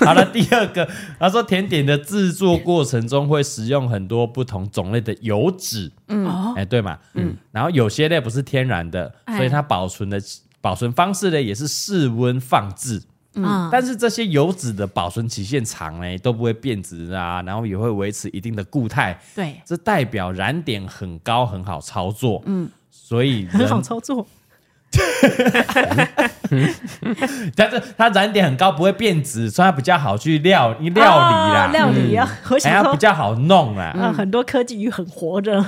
[LAUGHS] 好了，第二个，他说甜点的制作过程中会使用很多不同种类的油脂，哦嗯，哎，对嘛，嗯，哎然后有些类不是天然的，所以它保存的保存方式呢也是室温放置。嗯，但是这些油脂的保存期限长呢，都不会变质啊，然后也会维持一定的固态，对，这代表燃点很高，很好操作。嗯，所以很好人，操作。 [LAUGHS] 但是它燃点很高，不会变质，所以它比较好去料料理啦，哦料理啊，我哎想呀，说比。较嗯好弄啦，啊，很多科技鱼很活着，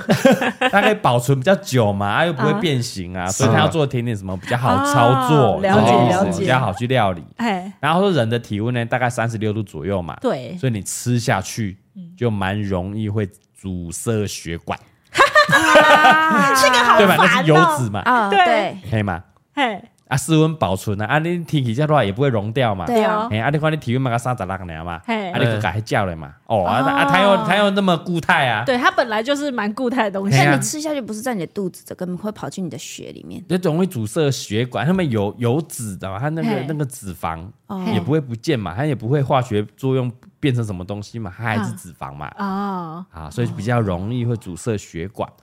它可以保存比较久 [LAUGHS] 嘛，啊又不会变形啊，所以它要做甜点什么比较好操作，嗯啊了解这个意思了解比较好去料理。哎，然后说人的体温呢，大概三十六度左右嘛， [LAUGHS] 对，所以你吃下去就蛮容易会阻塞血管， [LAUGHS] 啊这个好对吧？那烦是油哦，脂嘛， [LAUGHS] 啊，对对可以吗？哎，啊，室温保存啊，啊你天气热的话也不会融掉嘛。对啊，哎，啊！你看你体温嘛，个三十六年嘛，哦嘿啊，你去改还叫了嘛？哦，啊，啊，它又它又那么固态啊，对，它本来就是蛮固态的东西哎，呀但你吃下去不是在你的肚子，这根本会跑进你的血里面。就容易阻塞血管，他们有油脂的嘛，它那个嘿哦那个脂肪也不会不见嘛，它也不会化学作用变成什么东西嘛，它还是脂肪嘛。啊啊，所以比较容易会阻塞血管。哦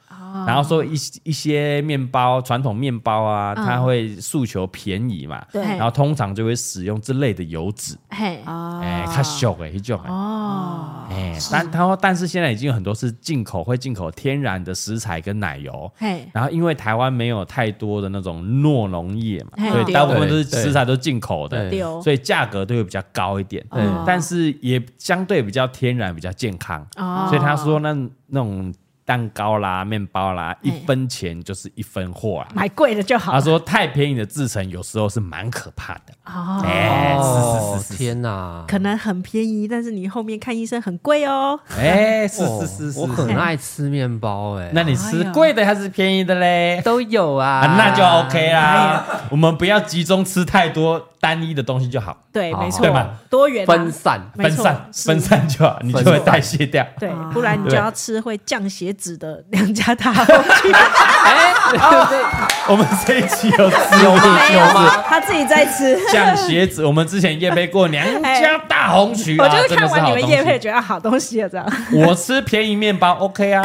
然后说一些一些面包，传统面包啊，它会诉求便宜嘛，嗯对然后通常就会使用这类的油脂，嘿哎，它小哎，一种的哦哎，但他说，但是现在已经有很多是进口，会进口天然的食材跟奶油。嘿然后因为台湾没有太多的那种诺农业嘛，嘿所以大部分都是对对食材都进口的，对哎哦所以价格都会比较高一点。对但是也相对比较天然，比较健康。哦所以他说那那种蛋糕啦、面包啦，一嘿分钱就是一分货啦。买贵的就哎好他说太便宜的制成有时候是蛮可怕的。哦，哎、哦是是是，是，天哪！可能很便宜，但是你后面看医生很贵哦。哎、是哦是是是，我是很爱吃面包哎，那你吃贵的还是便宜的嘞？都有啊啊，那就 OK 哎啦。我们不要集中吃太多单一的东西就好，对，好没错哦对嘛，多元啊分散。没分错散是分散就好，你就会代谢掉。对，不然你就对要吃会降血脂的良家 [LAUGHS] 大红啊曲。哎，对 [LAUGHS] 对，我们这一期有吃有啊没有吗？ [LAUGHS] 他自己在 [LAUGHS] 吃，降血脂，我们之前夜配过娘家大红曲啊， [LAUGHS] [LAUGHS] 我就是真的看完好东你们西叶配，觉得好东西了，这样。我吃便宜面包 OK [LAUGHS] 啊，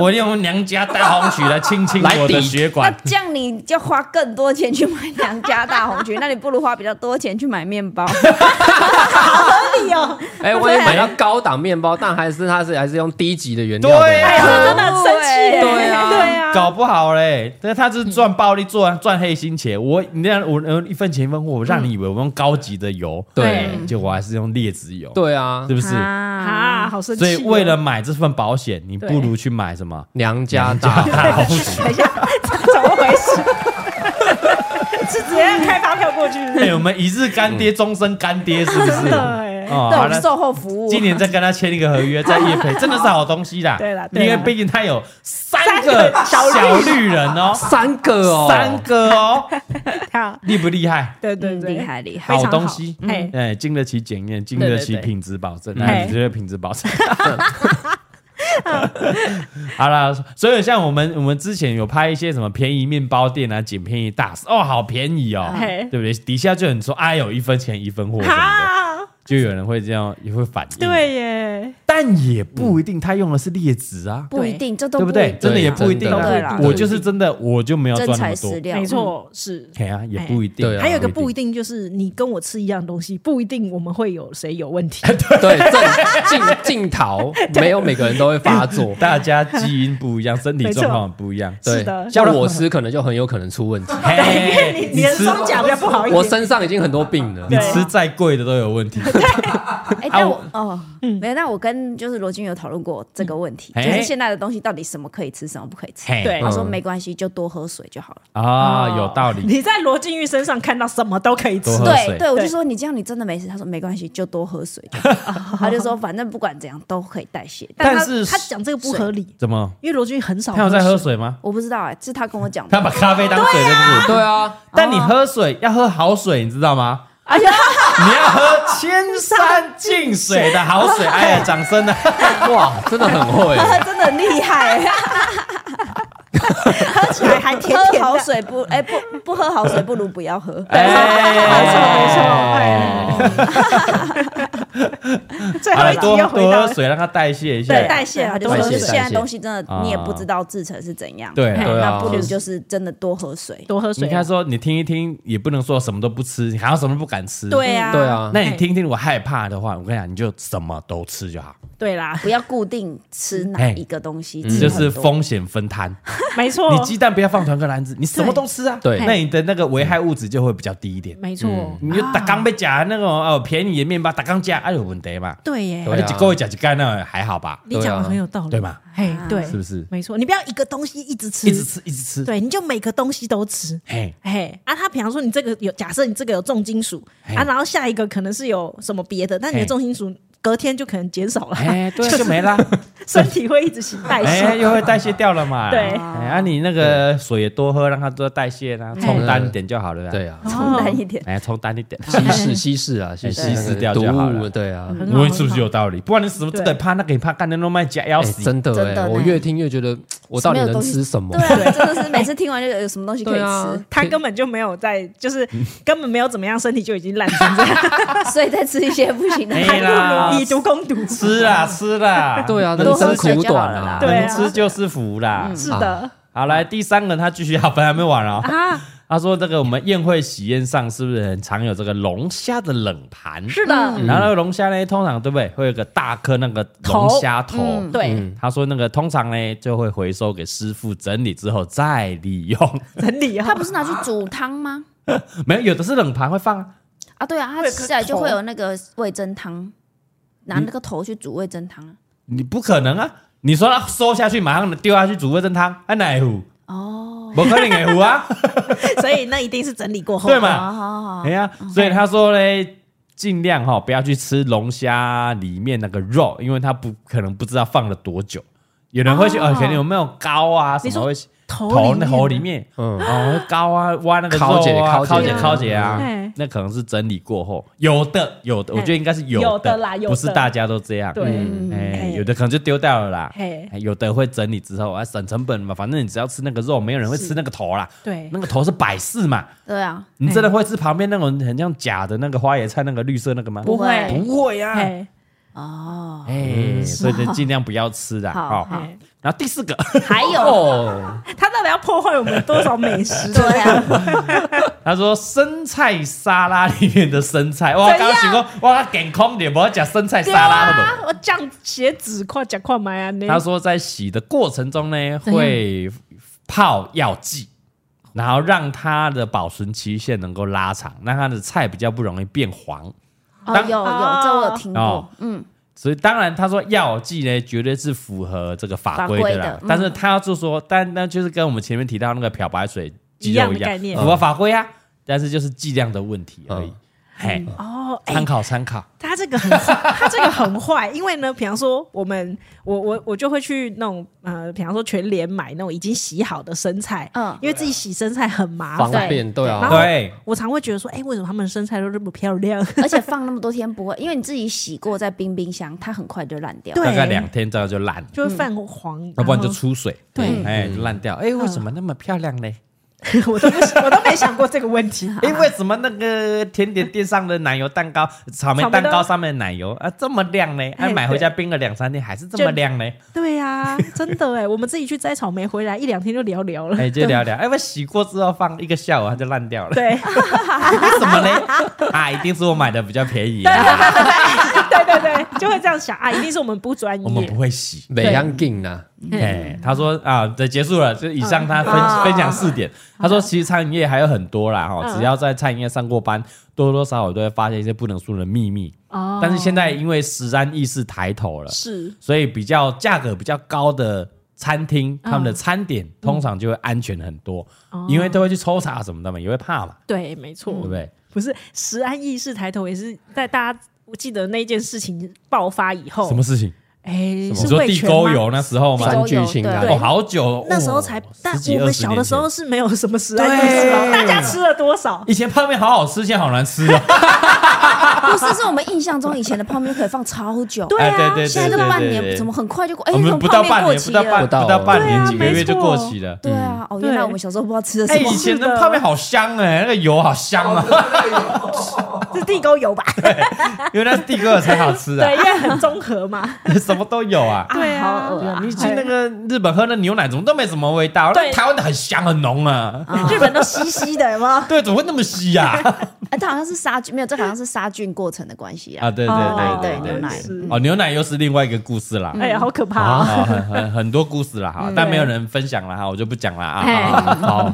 我用娘家大红曲来清 [LAUGHS] 清来我的抵血那管。这样你就花更多钱去买娘家大红 [LAUGHS] 曲，那你不如花比较多钱去买面包。哎呦，哎，万一买到高档面包，但还是它是还是用低级的原料的。对哎呦，啊，真的很 [LAUGHS] 生气耶。对啊 [LAUGHS] 对啊，搞不好嘞，但是他嗯是赚暴利，赚赚黑心钱。我你那样我呃一分钱一分货，我让你以为我用高级的油，对结果我还是用劣质油，对啊是，不是？啊，啊，好生气所哦。以为了买这份保险，你对不如去买什么？娘家 [LAUGHS] 大大红曲。 [LAUGHS] 怎么回 [LAUGHS] 事？是直接开发票过去？ [LAUGHS] 哎，我们一日干爹，终身干爹，是不真是？的嗯哎，哦，对，好我了们。售后服务。今年再跟他签一个合约，在叶培真的是好东西啦。 [LAUGHS] 对啦因对啦为毕竟他有三个小绿人哦， [LAUGHS] 三个哦，三个哦， [LAUGHS] 好，厉不厉害？对对嗯对，厉害厉害，非常好东西，哎哎，经得起检验，经得起对对对品质保证。啊嗯那你觉得品质保 [LAUGHS] 证？好啦，所以像我们我们之前有拍一些什么便宜面包店啊，捡便宜大使哦，好便宜哦，嘿对不对？底下就很说，哎呦，一分钱一分货什么的，好，就有人会这样，也会反应。，对耶，但也不一定，他用的是劣质啊。嗯不一定，这都对不对？一定真的也不一定啊对啦我就是真的，我就没有赚真那材么实多。料，没错，是。哎呀，也不一定。对啊还有一个不不。一定，就是你跟我吃一样东西，不一定我们会有谁有问题。对，正镜镜头没有每个人都会发作大家基因不一样，身体 [LAUGHS] 没错状况不一样。是对的，像我吃可能就很有可能出 [LAUGHS] 问题。嘿你你的吃双甲比较不好一我点。身上已经很多病了嗯你。啊吃再贵的都有问题。哎，啊但我我哦，没有，那我跟就是罗军有讨论过这个问题，嗯就哎是现在的东西到底什么可以吃，什么不可以吃。嘿对哦他说嗯没关系，就多喝水就好了。啊，有道理。你在罗晋玉身上看到什么都可以吃多，喝水对对，我就对说你这样你真的没事。他说没关系，就多喝水就好。他就说反正不管怎样都可以代谢。但他是他讲这个不合理，怎么？因为罗晋玉很少。他有在喝，水吗？我不知道哎，这是他跟我讲的他。把咖啡当水，对不对？对啊，但你喝水要喝好水，你知道吗？哎你要喝千山净水的好水。哎呀，掌声啊！哇，真的很会。他真的很厉害，喝起来还甜喝甜好的。水不哎不不喝好水不如不要喝。哎，没错没错。最好后了，哎一集多又回多到喝水，让它代谢一下。对对，代谢啊他就多说喝就水是现在代谢东西真的你也哎啊不知道制成是怎样，对嘿对那啊不如就是真的多喝水。多喝你水看，说你听一听，也不能说什么都不吃，你好像什么都不敢吃。对啊，对，啊，那你听听，我害怕的话，我跟你讲，你就什么都吃就好，对啦，不要固定吃哪一个东嗯西，你吃哎嗯就是很多风险分摊。没错，你鸡蛋不要放同一个篮子，你什么都吃啊。对那你的那个危害物质就会比较低一点。没错，你就打刚被夹那种哦便宜的面包，打刚夹哎有问题嘛？对耶，对啊而且各位夹几干那还好吧？你讲的很有道理，对吧？嘿，对，是不是？没错，你不要一个东西一直吃，一直吃一直吃，哎对，你就每个东西都吃。 [LAUGHS] 嘿，嘿，啊，他比方说你这个有，假设你这个有重金属嘿啊，然后下一个可能是有什么别的，但你的嘿重金属隔天就可能减少了，哎，对，就没啦，身体会一直行代哎，谢。又会代谢掉了 [LAUGHS] 嘛。对哎，啊，你那个水也多喝，让它多代谢啦，冲淡一点就好了啦。对啊，哦嗯冲淡嗯一点。哎，冲淡一 [LAUGHS] 点。稀释稀释啊，稀哎稀释掉就好了嗯毒物对啊，我问是不是有道理？不然你什么这对个也怕，那个也怕，干的都卖假要哎，死。真的真的哎，呢我越听越觉得我到底什么有能东西吃什么对？啊，真的是每次听完就有什么东西可以对啊吃，，他可以根本就没有在，就是根本没有怎么样，身体就已经烂成这样，所以再吃一些不行的。哎啦，以毒 [LAUGHS] 攻毒。吃啦吃 [LAUGHS] 啦，对啊，多人喝生水苦就好短了啦啊。对能啊嗯吃就是福啦。是的好，来第三个，他继续，好，本来还没完啊。啊， [LAUGHS] 他说这个我们宴会喜宴上是不是很常有这个龙虾的冷盘？是的，然后那个龙虾呢，通常对不对，会有个大颗那个龙虾头。嗯对，他说那个通常呢就会回收给师傅整理之后再利用， [LAUGHS] 整理啊他，不是拿去煮汤吗？没有有的是冷盘会放啊，啊，对啊，他会有个吃起来就头会有那个味噌汤，拿那个头去煮味噌汤啊。你不可能啊！你说他收下去马上丢下去煮味噌汤，还哪壶？哦，不可能的壶啊，所以那一定是整理过后对嘛？好好好哦哎，呀，嗯所以他说嘞，尽量哈、不要去吃龙虾里面那个肉，因为他不可能不知道放了多久。有人会去，哦哦，可能有没有膏啊什你么说会头头面头里面，嗯哦，膏啊，挖那个肉烤解啊，烤解解烤解啊哎，那可能是整理过后有的有的，我觉得应该是有的的啦有的不是大家都这样，对嗯哎哎，有的可能就丢掉了啦。嘿，哎有的会整理之后啊，省成本嘛，反正你只要吃那个肉，没有人会吃那个头啦。对那个头是摆饰嘛，对啊，你真的会吃旁边那种很像假的那个花椰菜那个绿色那个吗？不会不会呀、啊，嘿，哦，哎，所以就尽量不要吃啦。好哦好嘿然后第四个，还有哦，他到底要破坏我们多少美 [LAUGHS] 食？对啊，他说生菜沙拉里面的生菜，哇，怎刚样刚想说，哇，健康点，不要讲生菜沙拉了嘛。啊我酱血脂快讲快买啊！你啊他说在洗的过程中呢，样会泡药剂，然后让它的保存期限能够拉长，让它的菜比较不容易变黄。哦当有有，这我有听哦过，嗯，所以当然，他说药剂呢，绝对是符合这个法规的啦。法规的嗯但是他就说，但那就是跟我们前面提到那个漂白水肌肉一样一的样，概念符合法规啊。但是就是剂量的问题而已，嗯嘿，哦，哎、参考参考。他这个很，他这个很坏，因为呢，比方说我们，我我我就会去那种呃，比方说全联买那种已经洗好的生菜，嗯因为自己洗生菜很麻方烦。便对然啊后，对，我常会觉得说，哎、为什么他们生菜都这么漂亮？而且放那么多天不会，因为你自己洗过再冰冰箱，它很快就烂掉。对大概两天之后就烂了，就会泛黄，要不然后就出水，对嗯哎，就烂掉。哎，为什么那么漂亮呢？ [LAUGHS] 我都不我都没想过这个问题。哎，为什么那个甜点店上的奶油蛋糕、草莓草莓蛋糕蛋上面的奶油啊这么亮呢？哎，哎买回家冰了两三天还是这么就亮 [LAUGHS] 呢？对呀、真的哎，我们自己去摘草莓回来一两天就聊聊了。哎，就聊聊。哎，我洗过之后放一个下午它就烂掉了。对为什么嘞？ [LAUGHS] 啊，一定是我买的比较便宜、啊，对对对，就会这样想啊，一定是我们不专我们不业。会洗。美洋劲啊呐，哎，他说啊，这结束了，就以上他分、分享四点。他说，其实餐饮业还有很多啦，哈、嗯只要在餐饮业上过班，多多少少都会发现一些不能说的秘密。哦但是现在因为食安意识抬头了，是所以比较价格比较高的餐厅，他们的餐嗯点通常就会安全很多，哦因为都会去抽查什么的嘛，也会怕嘛，对，没错，对不对？不是食安意识抬头，也是在大家我记得那件事情爆发以后，什么？事情？哎，你是说味地全沟吗？油那时候吗？三聚氰啊对哦，胺，好久哦，那时候才哦，但十几我们小的时，二候十年前是没有什么食安意识的，对大家吃了多少？以前泡面好好吃，现在好难吃哦。啊啊不是，是我们印象中以前的泡面可以放超久，对哎对啊，对现在对都对半对对年，怎么很快就过？哎，我怎们么不泡到面半过年，期不到半了不？到不到半对年啊几个月没就错过期了。对啊，哦，对原来我们小时候不知道吃的哎，什么以。前是的的泡面好香哎，那个油好香啊，是地沟油吧？原来是地沟油才好吃啊 [LAUGHS] 对，，因为很综合嘛。 [LAUGHS] 什么都有啊。对啊好恶啊你去那个日本喝那牛奶，怎么都没什么味道？那对台湾的很香很浓啊，日本都稀稀的，有没有？对，怎么会那么稀啊 [LAUGHS] 呀？ [LAUGHS] 哎，它好像是杀菌，没有，这好像是杀菌过程的关系啊。啊，对哦对对对牛奶对对，哦，牛奶又是另外一个故事啦。哎呀，好嗯可怕啊！啊，很很很多故事了哈，但没有人分享了哈，我就不讲了啊。好，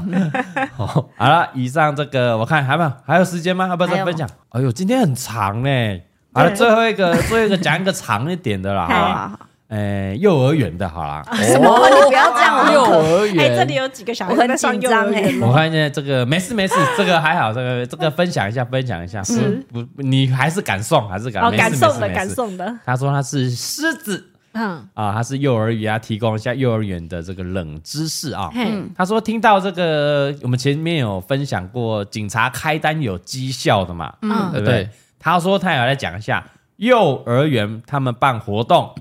好了，以上这个我看还没有还有时间吗？要不要再分享？哎呦，今天很长嘞。好了，对啊最后一个，最后一个讲一个长一点 [LAUGHS] 的啦，好好吧？好好，哎，幼儿园的好啦。什么？你不要这样，我哦幼很可儿哎，园，这里有几个小孩我很在上紧幼儿张哎园了我看见这个没事没 [LAUGHS] 事，这个还好，这个这个分享一下，分享一下，是不？你还是敢送，还是敢哦，啊没事感动的，没事没感事动的，他说他是狮子嗯，啊，他是幼儿园啊，提供一下幼儿园的这个冷知识啊。嘿，他说听到这个，我们前面有分享过，警察开单有绩效的嘛，嗯对不对对？他说他也要来讲一下幼儿园他们办活动，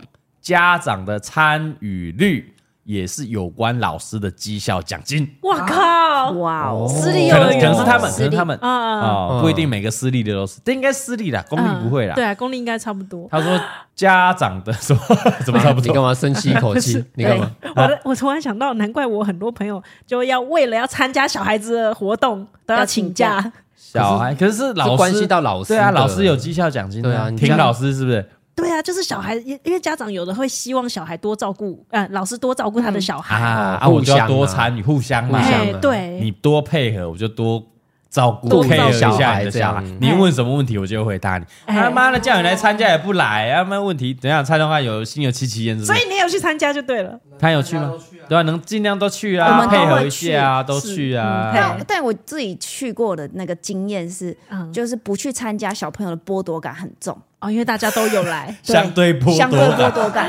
家长的参与率也是有关老师的绩效奖金，我靠，哇哦，私立幼可能儿可园能是他们，可私立能是他们啊啊啊哦，不一定每个私立的都是，这应该私立啦，公立不会啦嗯。对啊，公立应该差不多。他说家长的什么 [LAUGHS] 怎么差不啊你干多？嘛深吸一口 [LAUGHS] 气？你干嘛？我啊的我突然想到，难怪我很多朋友就要为了要参加小孩子的活动都要请要假。小孩可是老师这关系到老师对啊，的老师有绩效奖金的，对啊你这听样老师是不是？对啊，就是小孩，因因为家长有的会希望小孩多照顾，呃，老师多照顾他的小啊孩。啊，互我就要相多啊参与，互相嘛互，相哎，的对，你多配合，我就多照顾多 care 照顾一下你的小小孩孩这样。你问什么问题，我就回答你。他妈的，叫你来参加也不来，他妈问题怎样？蔡东汉有心有戚戚焉，是不所是？以你有去参加就对了。他有去大家吗都？去啊，对啊，能尽量都去我啊，们都配会合一下啊，都是去啊。但但我自己去过的那个经验是，嗯就是不去参加，小朋友的剥夺感很重，，哦，因为大家都有 [LAUGHS] 来对相对剥夺啊相对剥夺 [LAUGHS] 感，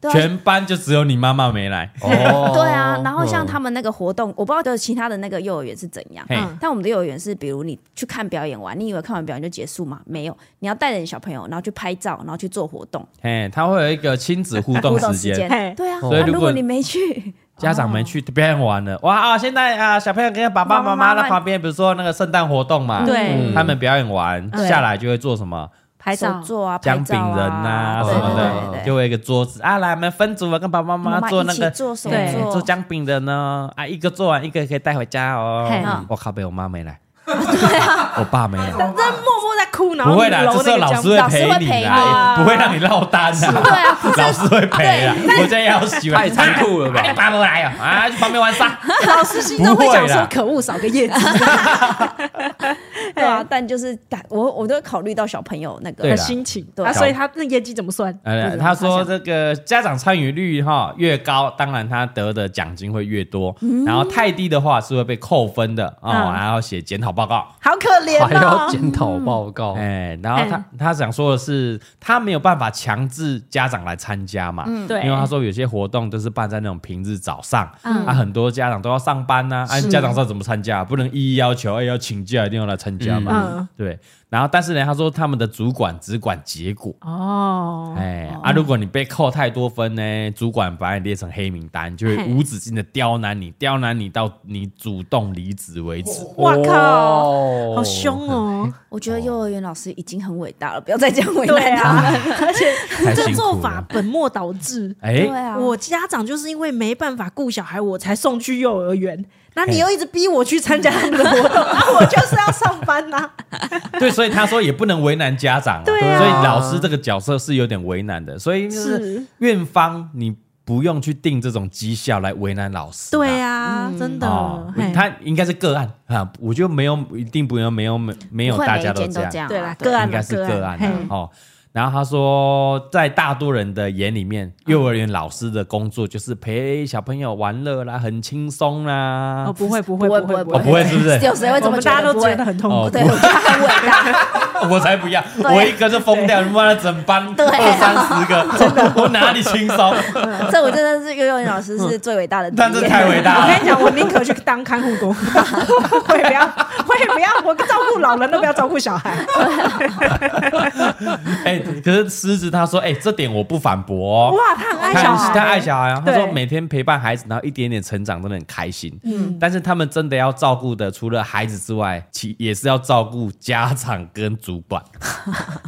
对啊全班就只有你妈妈没来，哦对啊。然后像他们那个活动，我不知道就是其他的那个幼儿园是怎样，嘿，嗯但我们的幼儿园是，比如你去看表演完，你以为看完表演就结束吗？没有，你要带着你小朋友，然后去拍照，然后去做活动，嘿，他会有一个亲子互动互动时时间间。嘿，对啊，所以啊如如果果你没去，家长们去表演完了，哇啊！现在啊，小朋友跟爸爸妈妈妈妈在旁边，比如说那个圣诞活动嘛，对他们表演完对下来就会做什么拍手照作啊， [LAUGHS] 嗯拍姜饼照人啊呐对什么对对的，对就会有一个桌子啊，来我们分组，我跟爸爸妈妈妈做那一个起做手对作做姜饼人呢，啊，一个做完一个可以带回家嘿啊哦嗯。我靠，被我妈没 [LAUGHS] 来，我爸没来。但默默在哭，然后不会啦，你这时揉那候个老姜师会陪你啦，老师会陪你啊也不会让你落单的。对啊，老师会陪啦。我真要喜欢，太残酷了吧啊你爸不来哦，啊，去旁边玩沙。老师心中会想不会啦说：“可恶，少个 [LAUGHS] 叶子。 [LAUGHS] 对啊，但就是感我我都会考虑到小朋友那对啦个的心情。”对啊，所以他那业绩怎么算？呃，他说这个家长参与率哈越高，当然他得的奖金会越多，然后太低的话是会被扣分的哦，嗯然后写检讨报告。好可怜还要哦！检讨报告，哎，然后嗯他他想说的是，他没有办法强制家长来参加嘛，对因为他说有些活动都是办在那种平日早上，嗯啊，很多家长都要上班呐、啊，家长知道怎么参加，不能一一要求，哎，要请假一定要来参加嘛，嗯，对。然后但是呢，他说他们的主管只管结果，哦，哎、啊，如果你被扣太多分呢，主管把你列成黑名单，就会嘿无止境的刁难你，刁难你到你主动离职为止。哇靠，哦好凶哦！我觉得幼儿园老师已经很伟大了，不要再这样为对难他啊们。， [LAUGHS] 而且哎太辛这苦做了法本末倒置。哎、对啊，我家长就是因为没办法顾小孩，我才送去幼儿园。那你又一直逼我去参加他们的 [LAUGHS] 活动，啊，我就是要上班呐、对，所以他说也不能为难家长、啊，对啊所以老师这个角色是有点为难的，所以就是是院方你不用去定这种绩效来为难老师、对。啊，真的。哦嘿，他应该是个案啊，我就没有一定不用没有没没有不会大每家一都间这都样这，样啊，对啦，对个案应该啦是个案、嘿啊、哦。然后他说，在大多人的眼里面，幼儿园老师的工作就是陪小朋友玩乐啦，很轻松啦哦，。不会不会不会会不哦，不会是不 [LAUGHS] 是？有谁会这么我们觉大家得？都觉得很痛苦。哦，对，我觉得很伟 [LAUGHS] 大。 [LAUGHS] 我才不要，我一个就疯掉，他妈的整班 [LAUGHS] 啊二三十个， [LAUGHS] 我哪里轻松？这我真的是幼儿园老师是最伟大的职业，嗯但这太伟大我跟你了。讲，我宁可去当看护工， [LAUGHS] 我也不要，我也不要，我照顾老人都不要照顾小孩。哎，可是狮子他说，哎，这点我不反驳哦。哇，他很爱小他他爱孩，小孩啊，他说对每天陪伴孩子，然后一点点成长，真的很开心。嗯，但是他们真的要照顾的，除了孩子之外，其也是要照顾家长跟主 [LAUGHS] 管。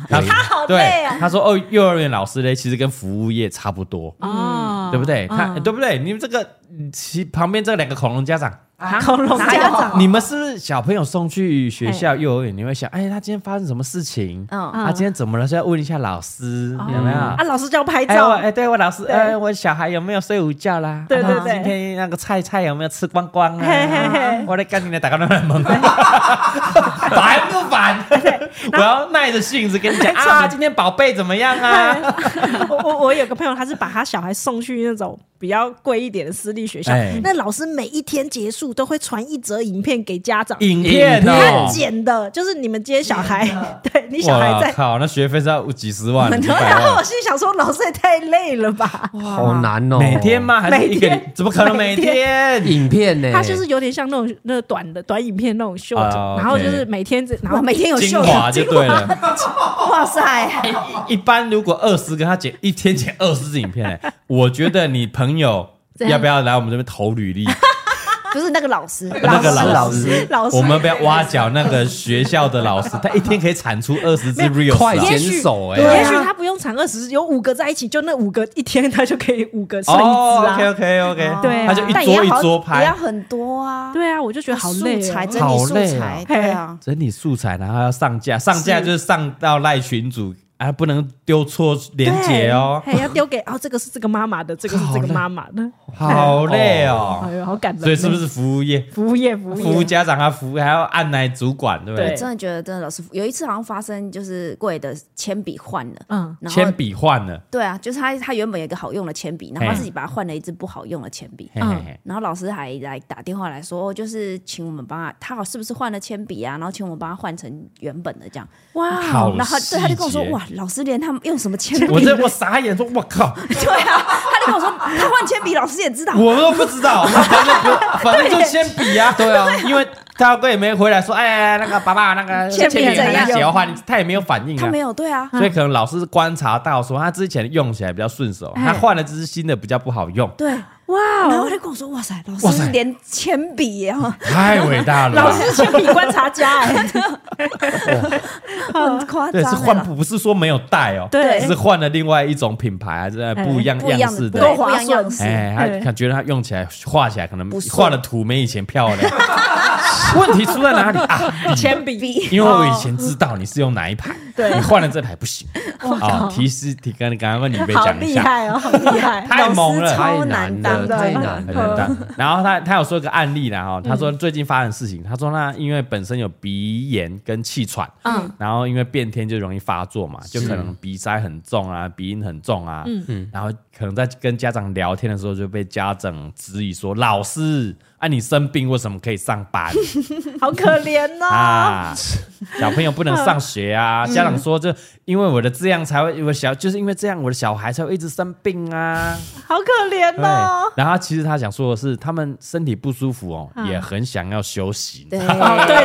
他他好累啊！他说哦，幼儿园老师嘞，其实跟服务业差不多，哦对不对？他对不对？你们这个其旁边这两个恐龙家长。 [LAUGHS] 恐龙家长，你们是不是小朋友送去学校幼儿园，你会想，哎，他今天发生什么事情？嗯他今天怎么了？是要问一下老师，有没有啊，？老师叫我拍哎，我照，哎，对我老师，对哎，我小孩有没有睡午觉啦？对对啊对今天那个菜菜有没有吃光光嘿嘿啊嘿？我来赶紧来打个乱门， [LAUGHS] 烦不烦？ [LAUGHS] 我要耐着性子跟你讲啊，今天宝贝怎么样啊？ [LAUGHS] 我我我有个朋友，他是把他小孩送去那种比较贵一点的私立学校，哎那老师每一天结束都会传一则影片给家长，影片他哦，剪的，就是你们今天小孩，对你小孩我在。啊哦靠，那学费是要几十 [LAUGHS] 万、几百然后万我。心想说，老师也太累了吧？好难哦，每天？吗？还是一个每天？怎么可能每每 [LAUGHS] 天？影片呢？他就是有点像那种那个短的短影片那种 short，、啊然后 OK 就是每天这，然我后每天有精秀，华就 [LAUGHS] 对了。啊哇塞，哎一般如果二十个，他剪一天剪二十支影片、欸，我觉得你朋友怎样要不要来我们这边投履历？不是那个老师，那个老师师，老师我们不要挖角那个学校的老师，他一天可以产出二十只啊 real，快也剪许手哎、啊也许他不用产二十，有五个在一起，就那五个一天他就可以五个算一哦只，OK OK 啊。OK，对啊他就一但也桌一要好桌也拍要，很多啊，对啊，我就觉得好累素哦材，整好理素累哦材，对啊，整理素材，然后要上架，上架就是上到赖群组，啊，不能丢错连结哦，还要 [LAUGHS] 丢给哦，这个是这个妈妈的，这个是这个妈妈的，好累哦哎。呦，好感人。所以是不是服务业？服务业？服务服务业，家长啊，服务还要按来主管，对不对？[LAUGHS] 对真的觉得真的老师有一次好像发生就是贵的铅笔换了，嗯，然后铅笔换了，对啊，就是他他原本有一个好用的铅笔，然后他嘿自己把它换了一支不好用的铅笔。嘿嘿嘿然后老师还来打电话来说，哦就是请我们帮他，他好是不是换了铅笔啊？然后请我们帮他换成原本的这样。哇，好然后他对他就跟我说细，节哇，老师连他们用什么铅笔， [LAUGHS] 我这我傻眼说，我靠，对啊，他就跟我说他换铅笔，老师 [LAUGHS] 也知道。我都不知道，反正 [LAUGHS] 不，反正就铅笔呀，对啊，因为他哥也没回来说，哎，那个爸爸那 [LAUGHS] 个铅笔怎样写的话，他也没有反应他啊没。有对啊，所以可能老师观察到说，他之前用起来比较顺手，哎他换了这支新的比较不好 [LAUGHS] 用，对，哇然哦，后他就跟我说，哇塞，老哇师塞连铅笔也要太伟大了老吧。师铅笔观察家哎，很夸对，张是欸，换老不不是说没有带哦，对只是换了另外一种品牌，还是呃不一样不一样样的式哎不的，够够划划算算，哎，对他他觉得他用起来画起来可能不顺画的图没以前漂 [LAUGHS] 亮。问题出在哪里啊？ [LAUGHS] 铅笔，因为我以前知道你是用哪一排，哦对你换了这排不行。啊，提示提跟刚刚跟你被好讲一厉下，害哦，好厉害， [LAUGHS] 太猛了，太难了，的太难很了。冷淡。然后他他有说一个案例啦哦嗯哈，他说最近发生的事情，他说那因为本身有鼻炎跟气喘，嗯，然后因为变天就容易发作嘛，就可能鼻塞很重啊，鼻音很重啊，嗯，然后可能在跟家长聊天的时候就被家长质疑说，老师，啊你生病为什么可以上班好可怜哦。啊？ [LAUGHS] 小朋友不能上学啊！家长说，就因为我的这样才会，我小就是因为这样，我的小孩才会一直生病啊。好可怜对哦。，然后其实他想说的是，他们身体不舒服哦，也很想要休息， [LAUGHS] 对对啊对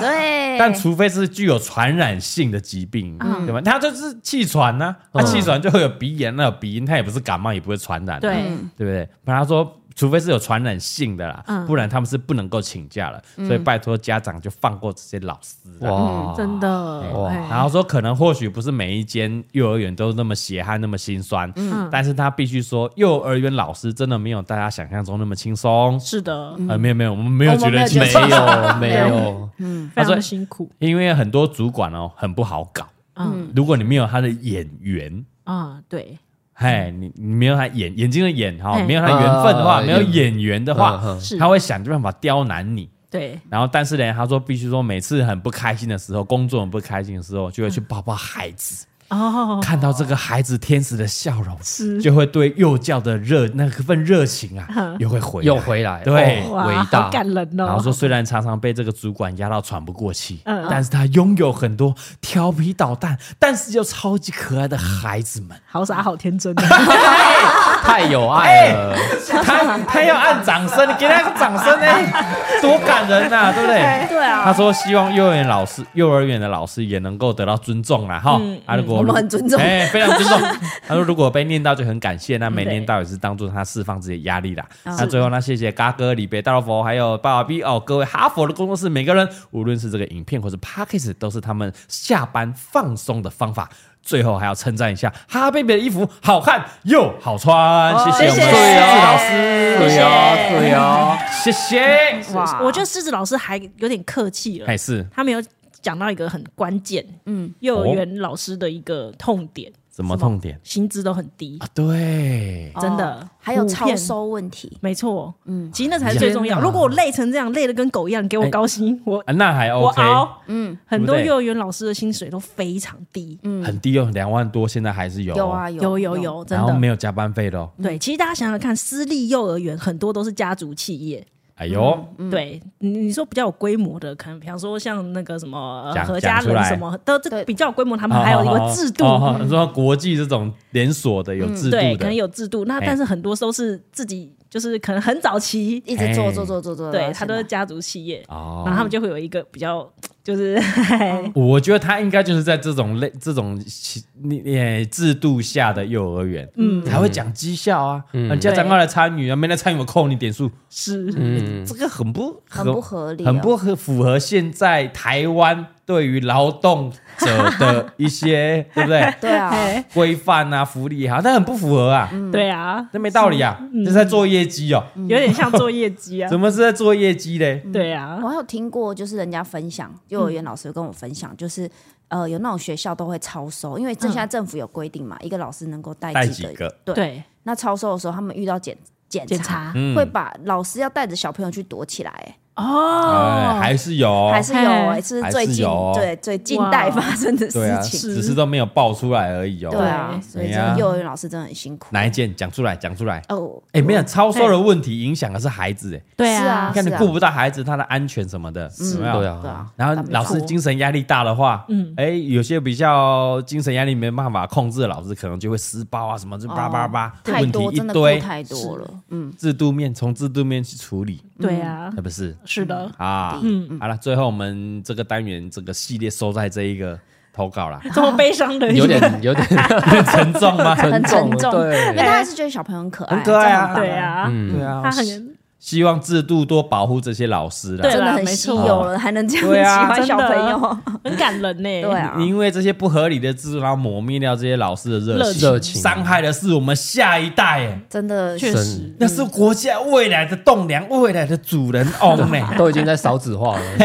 对，对，但除非是具有传染性的疾病，对吧？他就是气喘呢，他气喘就会有鼻炎，啊那有鼻音，他也不是感冒，也不会传染，啊对对不对？不然他说。除非是有传染性的啦，不然他们是不能够请假了，所以拜托家长就放过这些老师啊。哇，嗯真的哇，哎然后说可能或许不是每一间幼儿园都那么血汗那么心酸，但是他必须说幼儿园老师真的没有大家想象中那么轻松。是的，呃，没有没有，我们没有我觉们得没有觉得轻松，没 [LAUGHS] 有没有，非常说的辛苦因为很多主管哦很不好搞。嗯，如果你没有他的眼缘，啊，对，哎，你你没有他眼眼睛的眼哈，哎没有他缘分的话，啊没有眼缘的话嗯嗯，是他会想尽办法刁难你。对，然后，但是呢，他说必须说，每次很不开心的时候，工作很不开心的时候，就会去抱抱孩子，哦，看到这个孩子天使的笑容，是就会对幼教的热那份热情啊嗯，又会回来又回来，对哦哇，伟好大，感人然后哦。说，虽然常常被这个主管压到喘不过气，嗯但是他拥有很多调皮捣蛋，但是又超级可爱的孩子们。好傻，好天真，哦 [LAUGHS] 太有爱哎了，他他要按掌声，你给他个掌声呢、哎多感人呐、对不对？对啊他说希望幼儿园老师、幼儿园的老师也能够得到尊重啦，哈。啊，如果我们很尊重哎、非常尊重。他说如果被念到就很感谢，那没念到也是当做他释放自己的压力啦。那最后呢，谢谢嘎哥、李贝、大老佛还有爸爸 B 哦，各位哈佛的工作室每个人，无论是这个影片或是 p a c k a g e 都是他们下班放松的方法。最后还要称赞一下哈贝贝的衣服好看又好穿，谢谢我们的啊狮谢子老师，对啊哦对哦，谢谢。哇我觉得狮子老师还有点客气了还，是他没有讲到一个很关键，嗯，幼儿园老师的一个痛点，什么痛点薪资都很低，啊？对，真的，哦还有普超遍收问题，没错，嗯，其实那才是最重要。如果我累成这样，累得跟狗一样，给我高薪，我啊那还我 OK，熬。嗯，很多对不对幼儿园老师的薪水都非常低，很低哦，两万多，现在还是有哦有啊，嗯有嗯有有，有，真然后的没。有加班费的哦。对，其实大家想想看，私立幼儿园很多都是家族企业。哎呦，嗯对，你你说比较有规模的，可能比方说像那个什么呃讲何家讲出人来什么，都这对比较有规模，他们还有一个制度，哦哦哦哦你说国际这种连锁的有制度对，可能的，有制度。那哎但是很多都是自己，就是可能很早期，一直做哎做做做做，对做他都是家族企业，哦然后他们就会有一个比较就是哦我觉得他应该就是在这种类这种其你呃制度下的幼儿园，嗯，才会讲绩效啊，嗯，家长要来参与啊，没来参与我扣你点数，是嗯这个很不很不合啊理哦很不合符合现在台湾对于劳动者的一 [LAUGHS] 些对不对对啊，哎规范啊、福利啊，但很不符合啊，对啊，嗯这没道理啊，这是在做业绩哦，有点像做业绩 [LAUGHS] 啊，怎么是在做业绩嘞？对啊我，还有听过，就是人家分享，幼儿园老师跟我分嗯享，就是呃，有那种学校都会超收，因为这现在政府有规定嘛，一个老师能够带带几几个？对，对，那超收的时候，他们遇到检检检查，查嗯会把老师要带着小朋友去躲起来、欸哎，哦，还是有哦，还是有、欸，嘿是还是最近有哦对最近代哇发生的对啊，事情。只是都没有爆出来而已哦。对啊，所以这哎呀个幼儿园老师真的很辛苦。哪一件讲出来？讲出来。哦，哎，没有超收的问题影响的是孩子，哎，对是啊啊，看你是啊顾不到孩子他的安全什么的，有没有对对啊，啊，然后老师精神压力大的话，嗯，哎，有些比较精神压力没办法控制的老师，可能就会施暴啊，什么就叭叭叭，哦太问题多一真的顾堆，太多了，嗯，制度面从制度面去处理，对啊，是不是是的，啊？嗯，好了，最后我们这个单元这个系列收在这一个投稿啦，这么悲伤 [LAUGHS] 的 [LAUGHS] 一有个点有 [LAUGHS] 点很沉重吗？ [LAUGHS] 很沉重。对因为他还是觉得小朋友很可爱，很可这爱啊很棒对啊，嗯对啊，他很希望制度多保护这些老师啦。对真的啦很没稀错有了，还能这样对啊喜欢小朋真友，很感人呢，对 [LAUGHS] 啊，因为这些不合理的制度，然后抹灭掉这些老师的热情，热情伤害的是我们下一代，嗯哎，真的确实真。那是国家未来的栋梁，未来的主人翁呢，都已经在少子 [LAUGHS] 化了， [LAUGHS]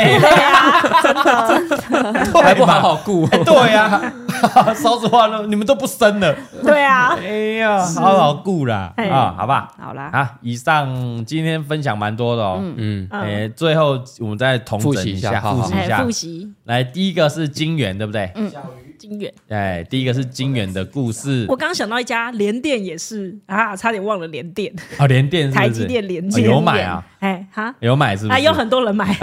啊还还不好好顾，哎哎对呀、啊， [LAUGHS] 少子化了，你们都不生了，对啊，哎呀，好好顾啦哎啊，好吧，好啦，啊，以上今天分享蛮多的哦， [LAUGHS] 嗯，[LAUGHS] 嗯哎，最后我们再统复整习一下下，好好复习一哎，下复，习来，第一个是金源，对不对？金源。哎，第一个是金源的故事我，刚想到一家联电也是啊，差点忘了联电， [LAUGHS] 啊，联电是不是台积电联哦电有买啊，哎哈有买是不啊，是？有很多 [LAUGHS] 人买，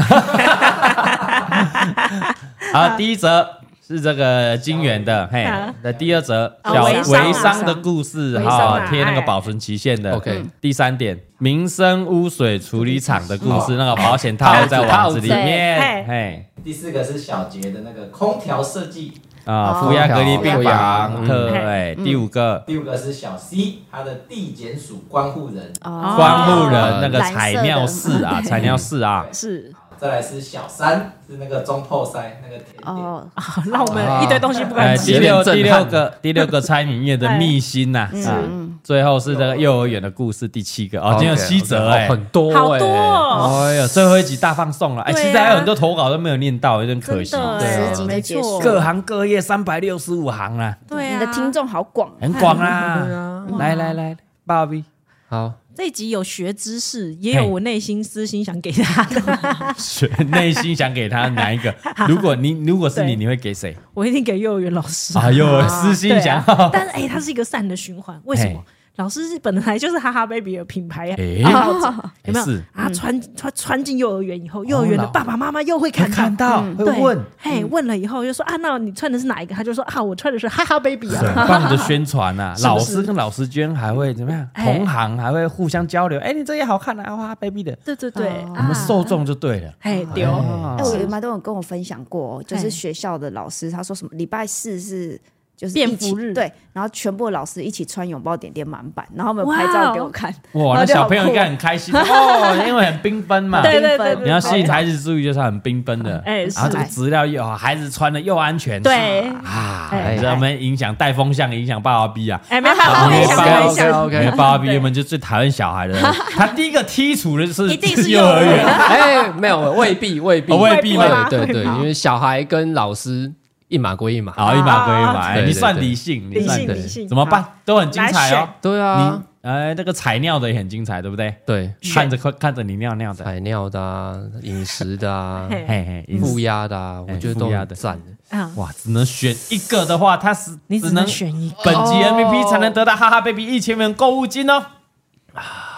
好，第一则是这个金源的，嘿啊，那第二则啊小微商啊微商的故事微商哈，啊贴那个哎嗯保存期限的。 OK 第三点，民生污水处理厂的故事，哦那个保险套会在网子里面对，嘿。第四个是小杰的那个空调设计，啊，哦负压隔离病负压房嗯特嗯哎，第五个第五个是小 C，他的地检署关护人，哦关护人哦那个采尿室蓝色的嗯啊，采尿室啊， [LAUGHS] 是再来是小三，是那个中破塞那个甜点，哦，好让我们一堆东西不哎，敢第吃有，点六震撼第六个第六个餐饮 [LAUGHS] 业的哎秘辛呐，嗯嗯啊，最后是这个幼儿园的故事，第七个哦，今天有七则哎，很多好哎多哦哎呀，最后一集大放送了，哎，对啊其实还有很多投稿都没有念到，有点可惜。真的对啊十集就结束各行各业三百六十五行啊，对你啊，的听众好广，很广啦。来来来，爸比，好，这一集有学知识，也有我内心私心想给他 [LAUGHS] 的，内心想给他哪 [LAUGHS] 一个？如果你如果是你，对你会给谁？我一定给幼儿园老师。哎呦，私心对想啊， [LAUGHS] 但是哎、它是一个善的循环，为什么嘿？老师是本来就是哈哈 baby 的品牌啊，哎爱好者有没有是啊？穿穿穿进幼儿园以后，幼儿园的老爸爸妈妈又会看看到会嗯对问，嗯嘿，问了以后就说啊，那你穿的是哪一个？他就说啊，我穿的是哈哈 baby 很啊，棒的宣传呐！不老 [LAUGHS] 是师跟老师间还会怎么样？哎同行还会互相交流。哎，你这也好看啊，哇，baby 的，对对对，我啊们受众就对了。啊哎丢，啊哎，我有蛮多人跟我分享过哦，就是学校的老师，他说什么礼拜四是。就是便一起服日对，然后全部老师一起穿拥抱点点满版，然后他们哇拍哦照给我看，哇，那然后就好小朋友应该很开心哦，因为很缤纷嘛。啊 [LAUGHS] 对对缤纷对对你要吸引孩子注意，就是很缤纷的，哎然后这个资料又好，孩子穿的又安全，对，啊，哎你知道我们影响带风向，影响爸爸逼啊。哎，没办法，我也想好分没，OK 享，因为 OK [LAUGHS] 爸爸逼我们就最讨厌小孩的，他第一个剔除的是一定是幼儿幼儿园啊园，哎，没有，未必未必哦未必吗对对对，会吧因为小孩跟老师一码归一码，好一码归一码，哎对对你算理性，你啊理算性对理性，怎么办？都很精彩哦来选。对你啊，哎，那个踩尿的也很精彩，对不对？对，看着看着你尿尿的，排尿的啊，饮食的啊， [LAUGHS] 嘿嘿嘿，饮嗯负压的啊，我觉得哎负都压很的赞。啊？哇，只能选一个的话，他是你只能能选一个，哦本集 MVP 才能得到哈哈 baby 一千元购物金哦。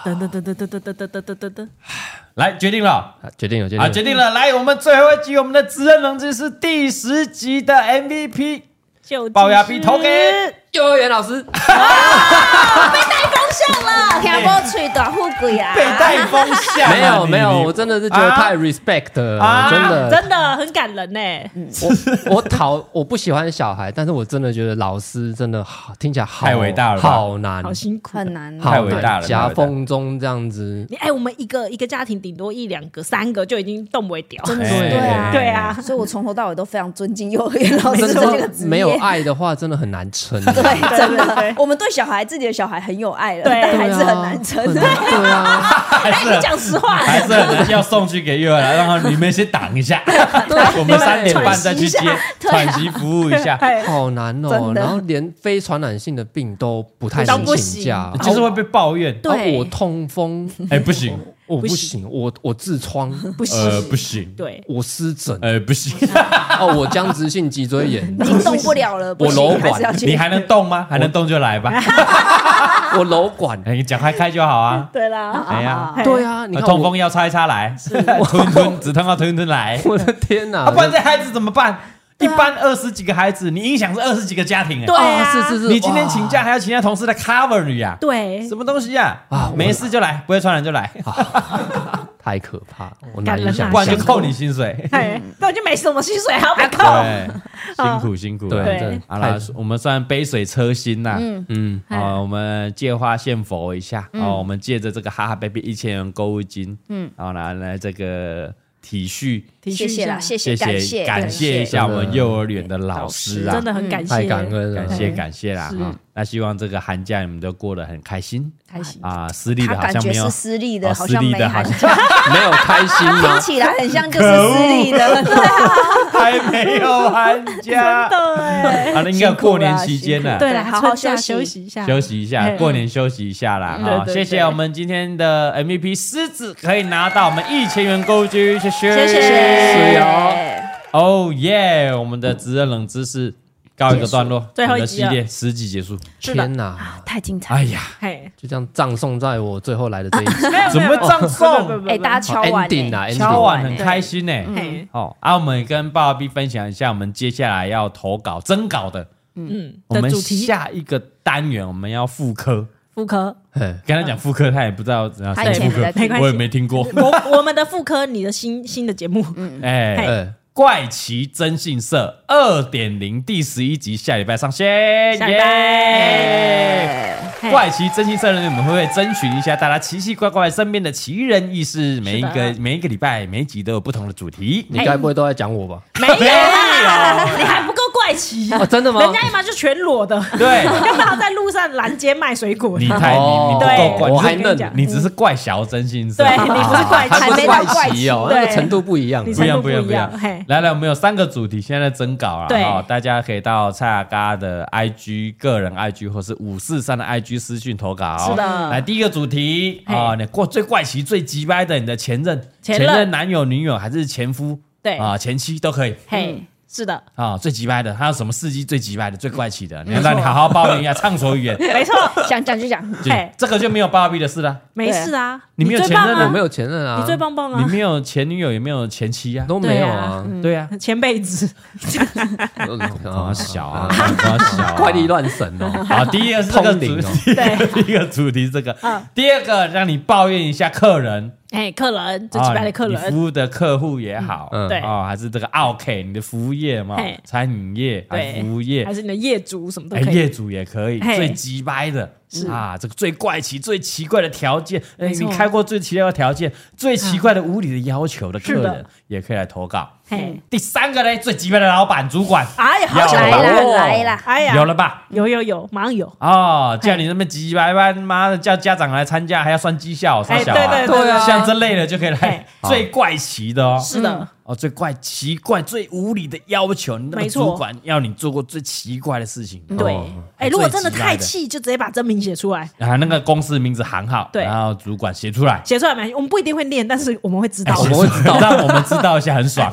噔噔噔噔噔噔噔噔噔噔噔，来，决定了啊决定了，决定啊，了，决定了！来，我们最后一集，我们的职人冷知识第十集的 MVP 就龅牙逼投给幼儿园 [LAUGHS] 老师，听不吹短裤鬼啊！被带风向啊，没有你没有，你我真的是觉得啊太 respect 啊了，真的真的很感人呢、 [LAUGHS] 我我讨我不喜欢小孩，但是我真的觉得老师真的好听起来好太伟大了吧好难，好辛苦。 [LAUGHS] 很难。哦好太伟大了难夹缝中这样子，你哎、我们一个一个家庭顶多一两个、三个就已经动不了屌，真的是哎对啊，对啊，所以我从头到尾都非常尊敬幼儿园老师真这个的职业。没有爱的话，真的很难撑。对对，真对的，我们对小孩自己的小孩很有爱了，对但还是很啊难哎撑。很难对啊，还是讲实 [LAUGHS] 话，还是很难要送去给幼儿园，让他你们先挡一 [LAUGHS] 下，我们三点半再去接，喘息服务一下，哎好难哦真。的然后连非传染性的病都不太都能不请行假，就是会被抱怨。哦啊对我痛风，哎，不行，我不不行，我我痔疮，不行，呃，不行，对，我湿疹，呃，不行，哦，我僵直性脊椎炎，已经动不了了，不我行楼还是要管去 [LAUGHS] 你还能动吗？还能动就 [LAUGHS] 来吧，我楼管。哎，你讲开开就好啊。对啦，哎呀，对啊，你看痛我，风要擦一擦来，吞吞止痛药吞一吞来， [LAUGHS] 我的天哪！啊，不然这孩子怎么办？一般二十几个孩子，你影响是二十几个家庭哎。对啊，是是是，你今天哇请假还要请假同事来 cover 你呀？对，什么东西呀？啊啊，没事就来，不会传染就来，太可怕了，我感难以人想啊不然就象。扣你薪水。哎，那我就没什么薪水，还要被扣，对，辛苦辛苦。对，对真的好啦太，我们算杯水车薪呐、嗯，啊、我们借花献佛一下啊、我们借着这个哈哈 baby 一千元购物金，嗯，然后来来这个体恤，谢谢啦，谢谢感啊谢谢感谢一下对我们幼儿园的老师啊，真的很感谢，太感嗯恩了，感谢感谢啦哈、那希望这个寒假你们都过得很开心开心。啊，私立他的好感像觉没有是。私立哦的，好私像立没的好还像是没有开心 [LAUGHS] 吗听？起来很像就是私立的， [LAUGHS] 对啊， [LAUGHS] 还没有寒假，啊，那应该有过年期间呢、对对啦，好好春假休息休息一下，休息一下，嗯过年休息一下啦。对好，嗯谢对对谢我们今天的 MVP 狮子可以拿到我们一千元购物金，谢谢谢谢，是哦，哦耶！我们的职人冷知识告一个段落，最后我们的一集系了列十集结束。天哪！太精彩了。哎呀，嘿，就这样葬送在我最后来的这一集没有哎怎么葬不不送？不哎，大家敲完，ending 欸，啊敲，ending。完很开心呢。嘿，哦，啊，我们跟爸爸 B 分享一下我们接下来要投稿征稿的，嗯，我的们主题下一个单元我们要复科。妇科，嘿跟他讲复科，他也不知道怎样他什么以前复没在科，听我也没听过。我 [LAUGHS] 我们的妇科，你的新新的节目，哎 [LAUGHS] 嘿哎，怪奇征信社二点零第十一集下礼拜上线，下礼拜耶怪奇真心社人，我们会不会征询一下大家奇奇怪怪身边的奇人异事？每一个每一个礼拜每一集都有不同的主题。你该不会都在讲我吧？没有啦，哎你还不够怪奇，哦，真的吗？人家一嘛就全裸的，对要不要在路上拦截卖水果？你对太你你不够怪，对我你还是嫩我跟你讲你只是怪小真心 [LAUGHS] 社。你不是 [LAUGHS] 怪还奇，不还是没到怪奇哦，怪奇那个对程度不一样你。不一样，程度一样，不不一样嘿来来，我们有三个主题，现在在征稿啊，对哦大家可以到蔡阿嘎的 IG 个人 IG 或是五四三的 IG 私讯投稿。是的来第一个主题嘿啊，你过最怪奇、最鸡掰的你的前任、前前任任男友、女友还是前夫，对啊，前妻都可以。嘿，是的，啊，最鸡掰的，还有什么事迹最鸡掰的、最怪奇的？你要让你好好抱怨一下，畅所欲言。没错，想讲就讲，就 [LAUGHS] 嘿这个就没有芭比的事了，没事啊，你没有最前棒任啊我没有前任啊你，最棒棒你啊，没有前女友，也没有前妻呀。都没有啊。对呀，前辈子，啊啊小啊，啊小 [LAUGHS] 啊，怪力乱神哦。好，第一个是这个通灵主哦题， [LAUGHS] 第一个主题是这嗯个，第二个让你抱怨一下客人，哎，客人最鸡巴的客啊你你人，服务的客户也好，嗯对哦，还是这个 OK，你的服务业嘛嘿，餐饮业，还是对服务业还，是你的业主什么都哎，可以，业主也可以，嘿最鸡掰的啊，这个最怪奇、最奇怪的条件，哎，你开过最奇怪的条件、最奇怪的无理的要求的客嗯是的人，也可以来投稿。嘿，第三个呢，最鸡掰的老板、主管，哎呀，好要想来了吧啦哦来啦，哎呀，有了吧？有有有，马上有，哦，叫你那么急白班，妈的叫家长来参加，还要算绩效，算哎，小对啊对对，像这类的就可以来哎 [LAUGHS] 最怪奇的哦，是的，哦，最怪奇怪、最无理的要求，你那个没错主管要你做过最奇怪的事情，对哦，哎，如果真的最急掰太气，就直接把真名写出来，啊，那个公司名字行号，对然后主管写出 [LAUGHS] 来，写出来没？我们不一定会念，但是我们会知道哎，我们会知道 [LAUGHS] 让我们知道一下，很 [LAUGHS] 爽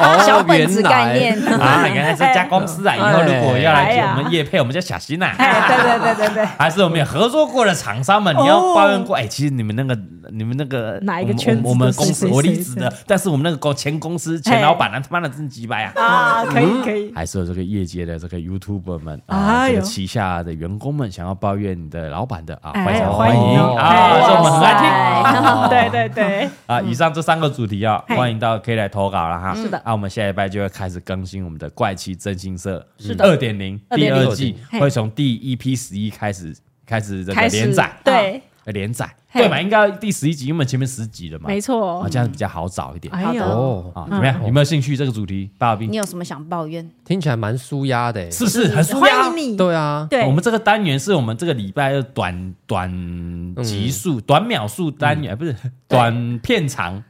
哦，小本子原来概念， [LAUGHS] 啊！原来是这家公司啊，以后如果要哎来呀我们业配，我们就小心呐。哎，对对对对对，还是我们有合作过的厂商们，你要抱怨过，哎、其实你们那个、你们那个哦哪一个我们圈子我们我们都是公司谁谁哎我离职的，但是我们那个狗前公司前老板啊，他妈的真鸡掰啊！啊，可以可以，还是有这个业界的这个 YouTuber 们啊，哎呦这个旗下的员工们想要抱怨你的老板的啊，哎欢迎欢迎哦啊，这我们很爱听。嗯 [LAUGHS] 对对对，啊，以上这三个主题啊，嗯嘿嗯欢迎大家可以来投稿了哈。是的啊，我们下一拜就会开始更新我们的怪奇真心社是的二点零2.0第二季，嘿会从第一批十一开始开始这个开始连载，对，呃连载嘿对嘛？应该第十一集，因为我们前面十集了嘛，没错啊，这样比较好找一点。哎呦，哦，啊，怎么样？有没有兴趣这个主题？爸爸你兵有什么想抱怨？听起来蛮舒压的欸。是不是很舒呃欢压迎？你，对啊，对我们这个单元是我们这个礼拜的短短嗯集数、短秒数单元，不是短片长嗯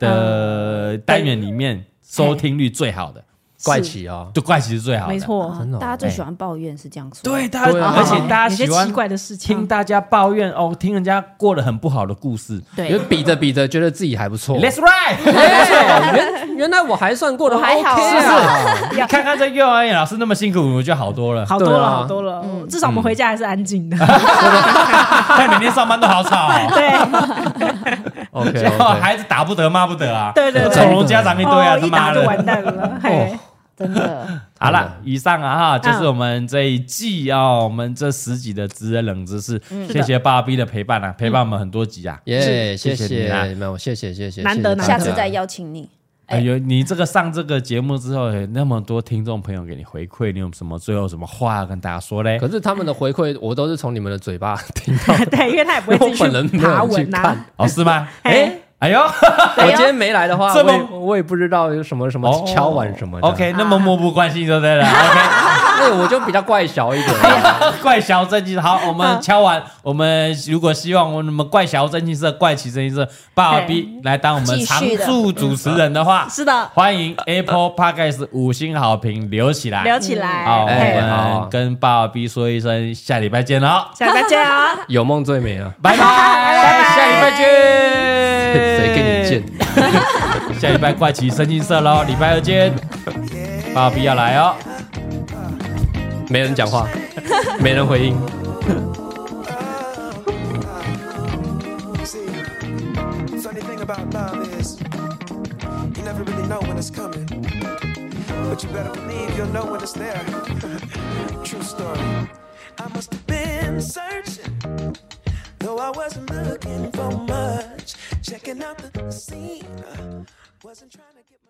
的单元里面收听率最好的，怪奇哦，就怪奇是最好的，没。错，真的哦大家最喜欢抱怨是这样说，对，大家对啊而且大家有些喜欢奇怪的事情听，大家抱怨哦，听人家过得很不好的故事。因为对，比着比着觉得自己还不错。 Let's [LAUGHS] ride！哎原原来我还算过得我还 OK 好啊，你看看这幼儿园老师那么辛苦，我觉得好多了。好多对了啊好多了，至少我们回家还是安静的，但每天上班都好 [LAUGHS] 吵哦， [LAUGHS] 对 OK，结果孩子打不得骂不得啊，对对丑对，龙家长一堆啊，哦，他一妈打就的！完蛋了， [LAUGHS] 嘿，真 [LAUGHS] 的，好了，以上嗯啊哈，就是我们这一季啊，我们这十集的职人冷知识，嗯谢谢爸比的陪伴啊，陪伴我们很多集啊。耶，谢谢谢你啊谢，没有，谢谢，谢谢，难得谢谢大下家难得次再邀请你。哎呦，你这个上这个节目之后，有那么多听众朋友给你回馈，你有什么最后有什么话要跟大家说嘞？可是他们的回馈，我都是从你们的嘴巴听到。对，因为他也不会自我本人己没去有爬去文啊看呐，哦，是 [LAUGHS] 吗？哎，哎呦， [LAUGHS] 我今天没来的话，这么我也我也不知道有什么什哦么敲碗什么的。 OK，那么漠不关心就对了。OK，对，我就比较怪小一点。 [LAUGHS] 怪小真气，好，我们敲完，我们如果希望我们怪小真气社、怪奇真气社爸爸嘿 B 来当我们继常续的驻主持人的话，是的，欢迎 Apple Podcast 五星好评留起来。聊起好，来，我哎嘿们跟爸爸 B 说一声，下礼拜见喽，下次再见啊。 [LAUGHS] 有梦最美啊！拜拜，下礼拜见，谁跟你见？见？下礼拜怪奇生进社喽，礼拜二见，爸爸 B 要来哦。没人讲话，没人回应。 See, funny thing about love is you never really know when it's coming, but you better believe you'll know when it's there. [LAUGHS] True story. I must have been searching, though I wasn't looking for much. Checking out the scene, wasn't trying to get my.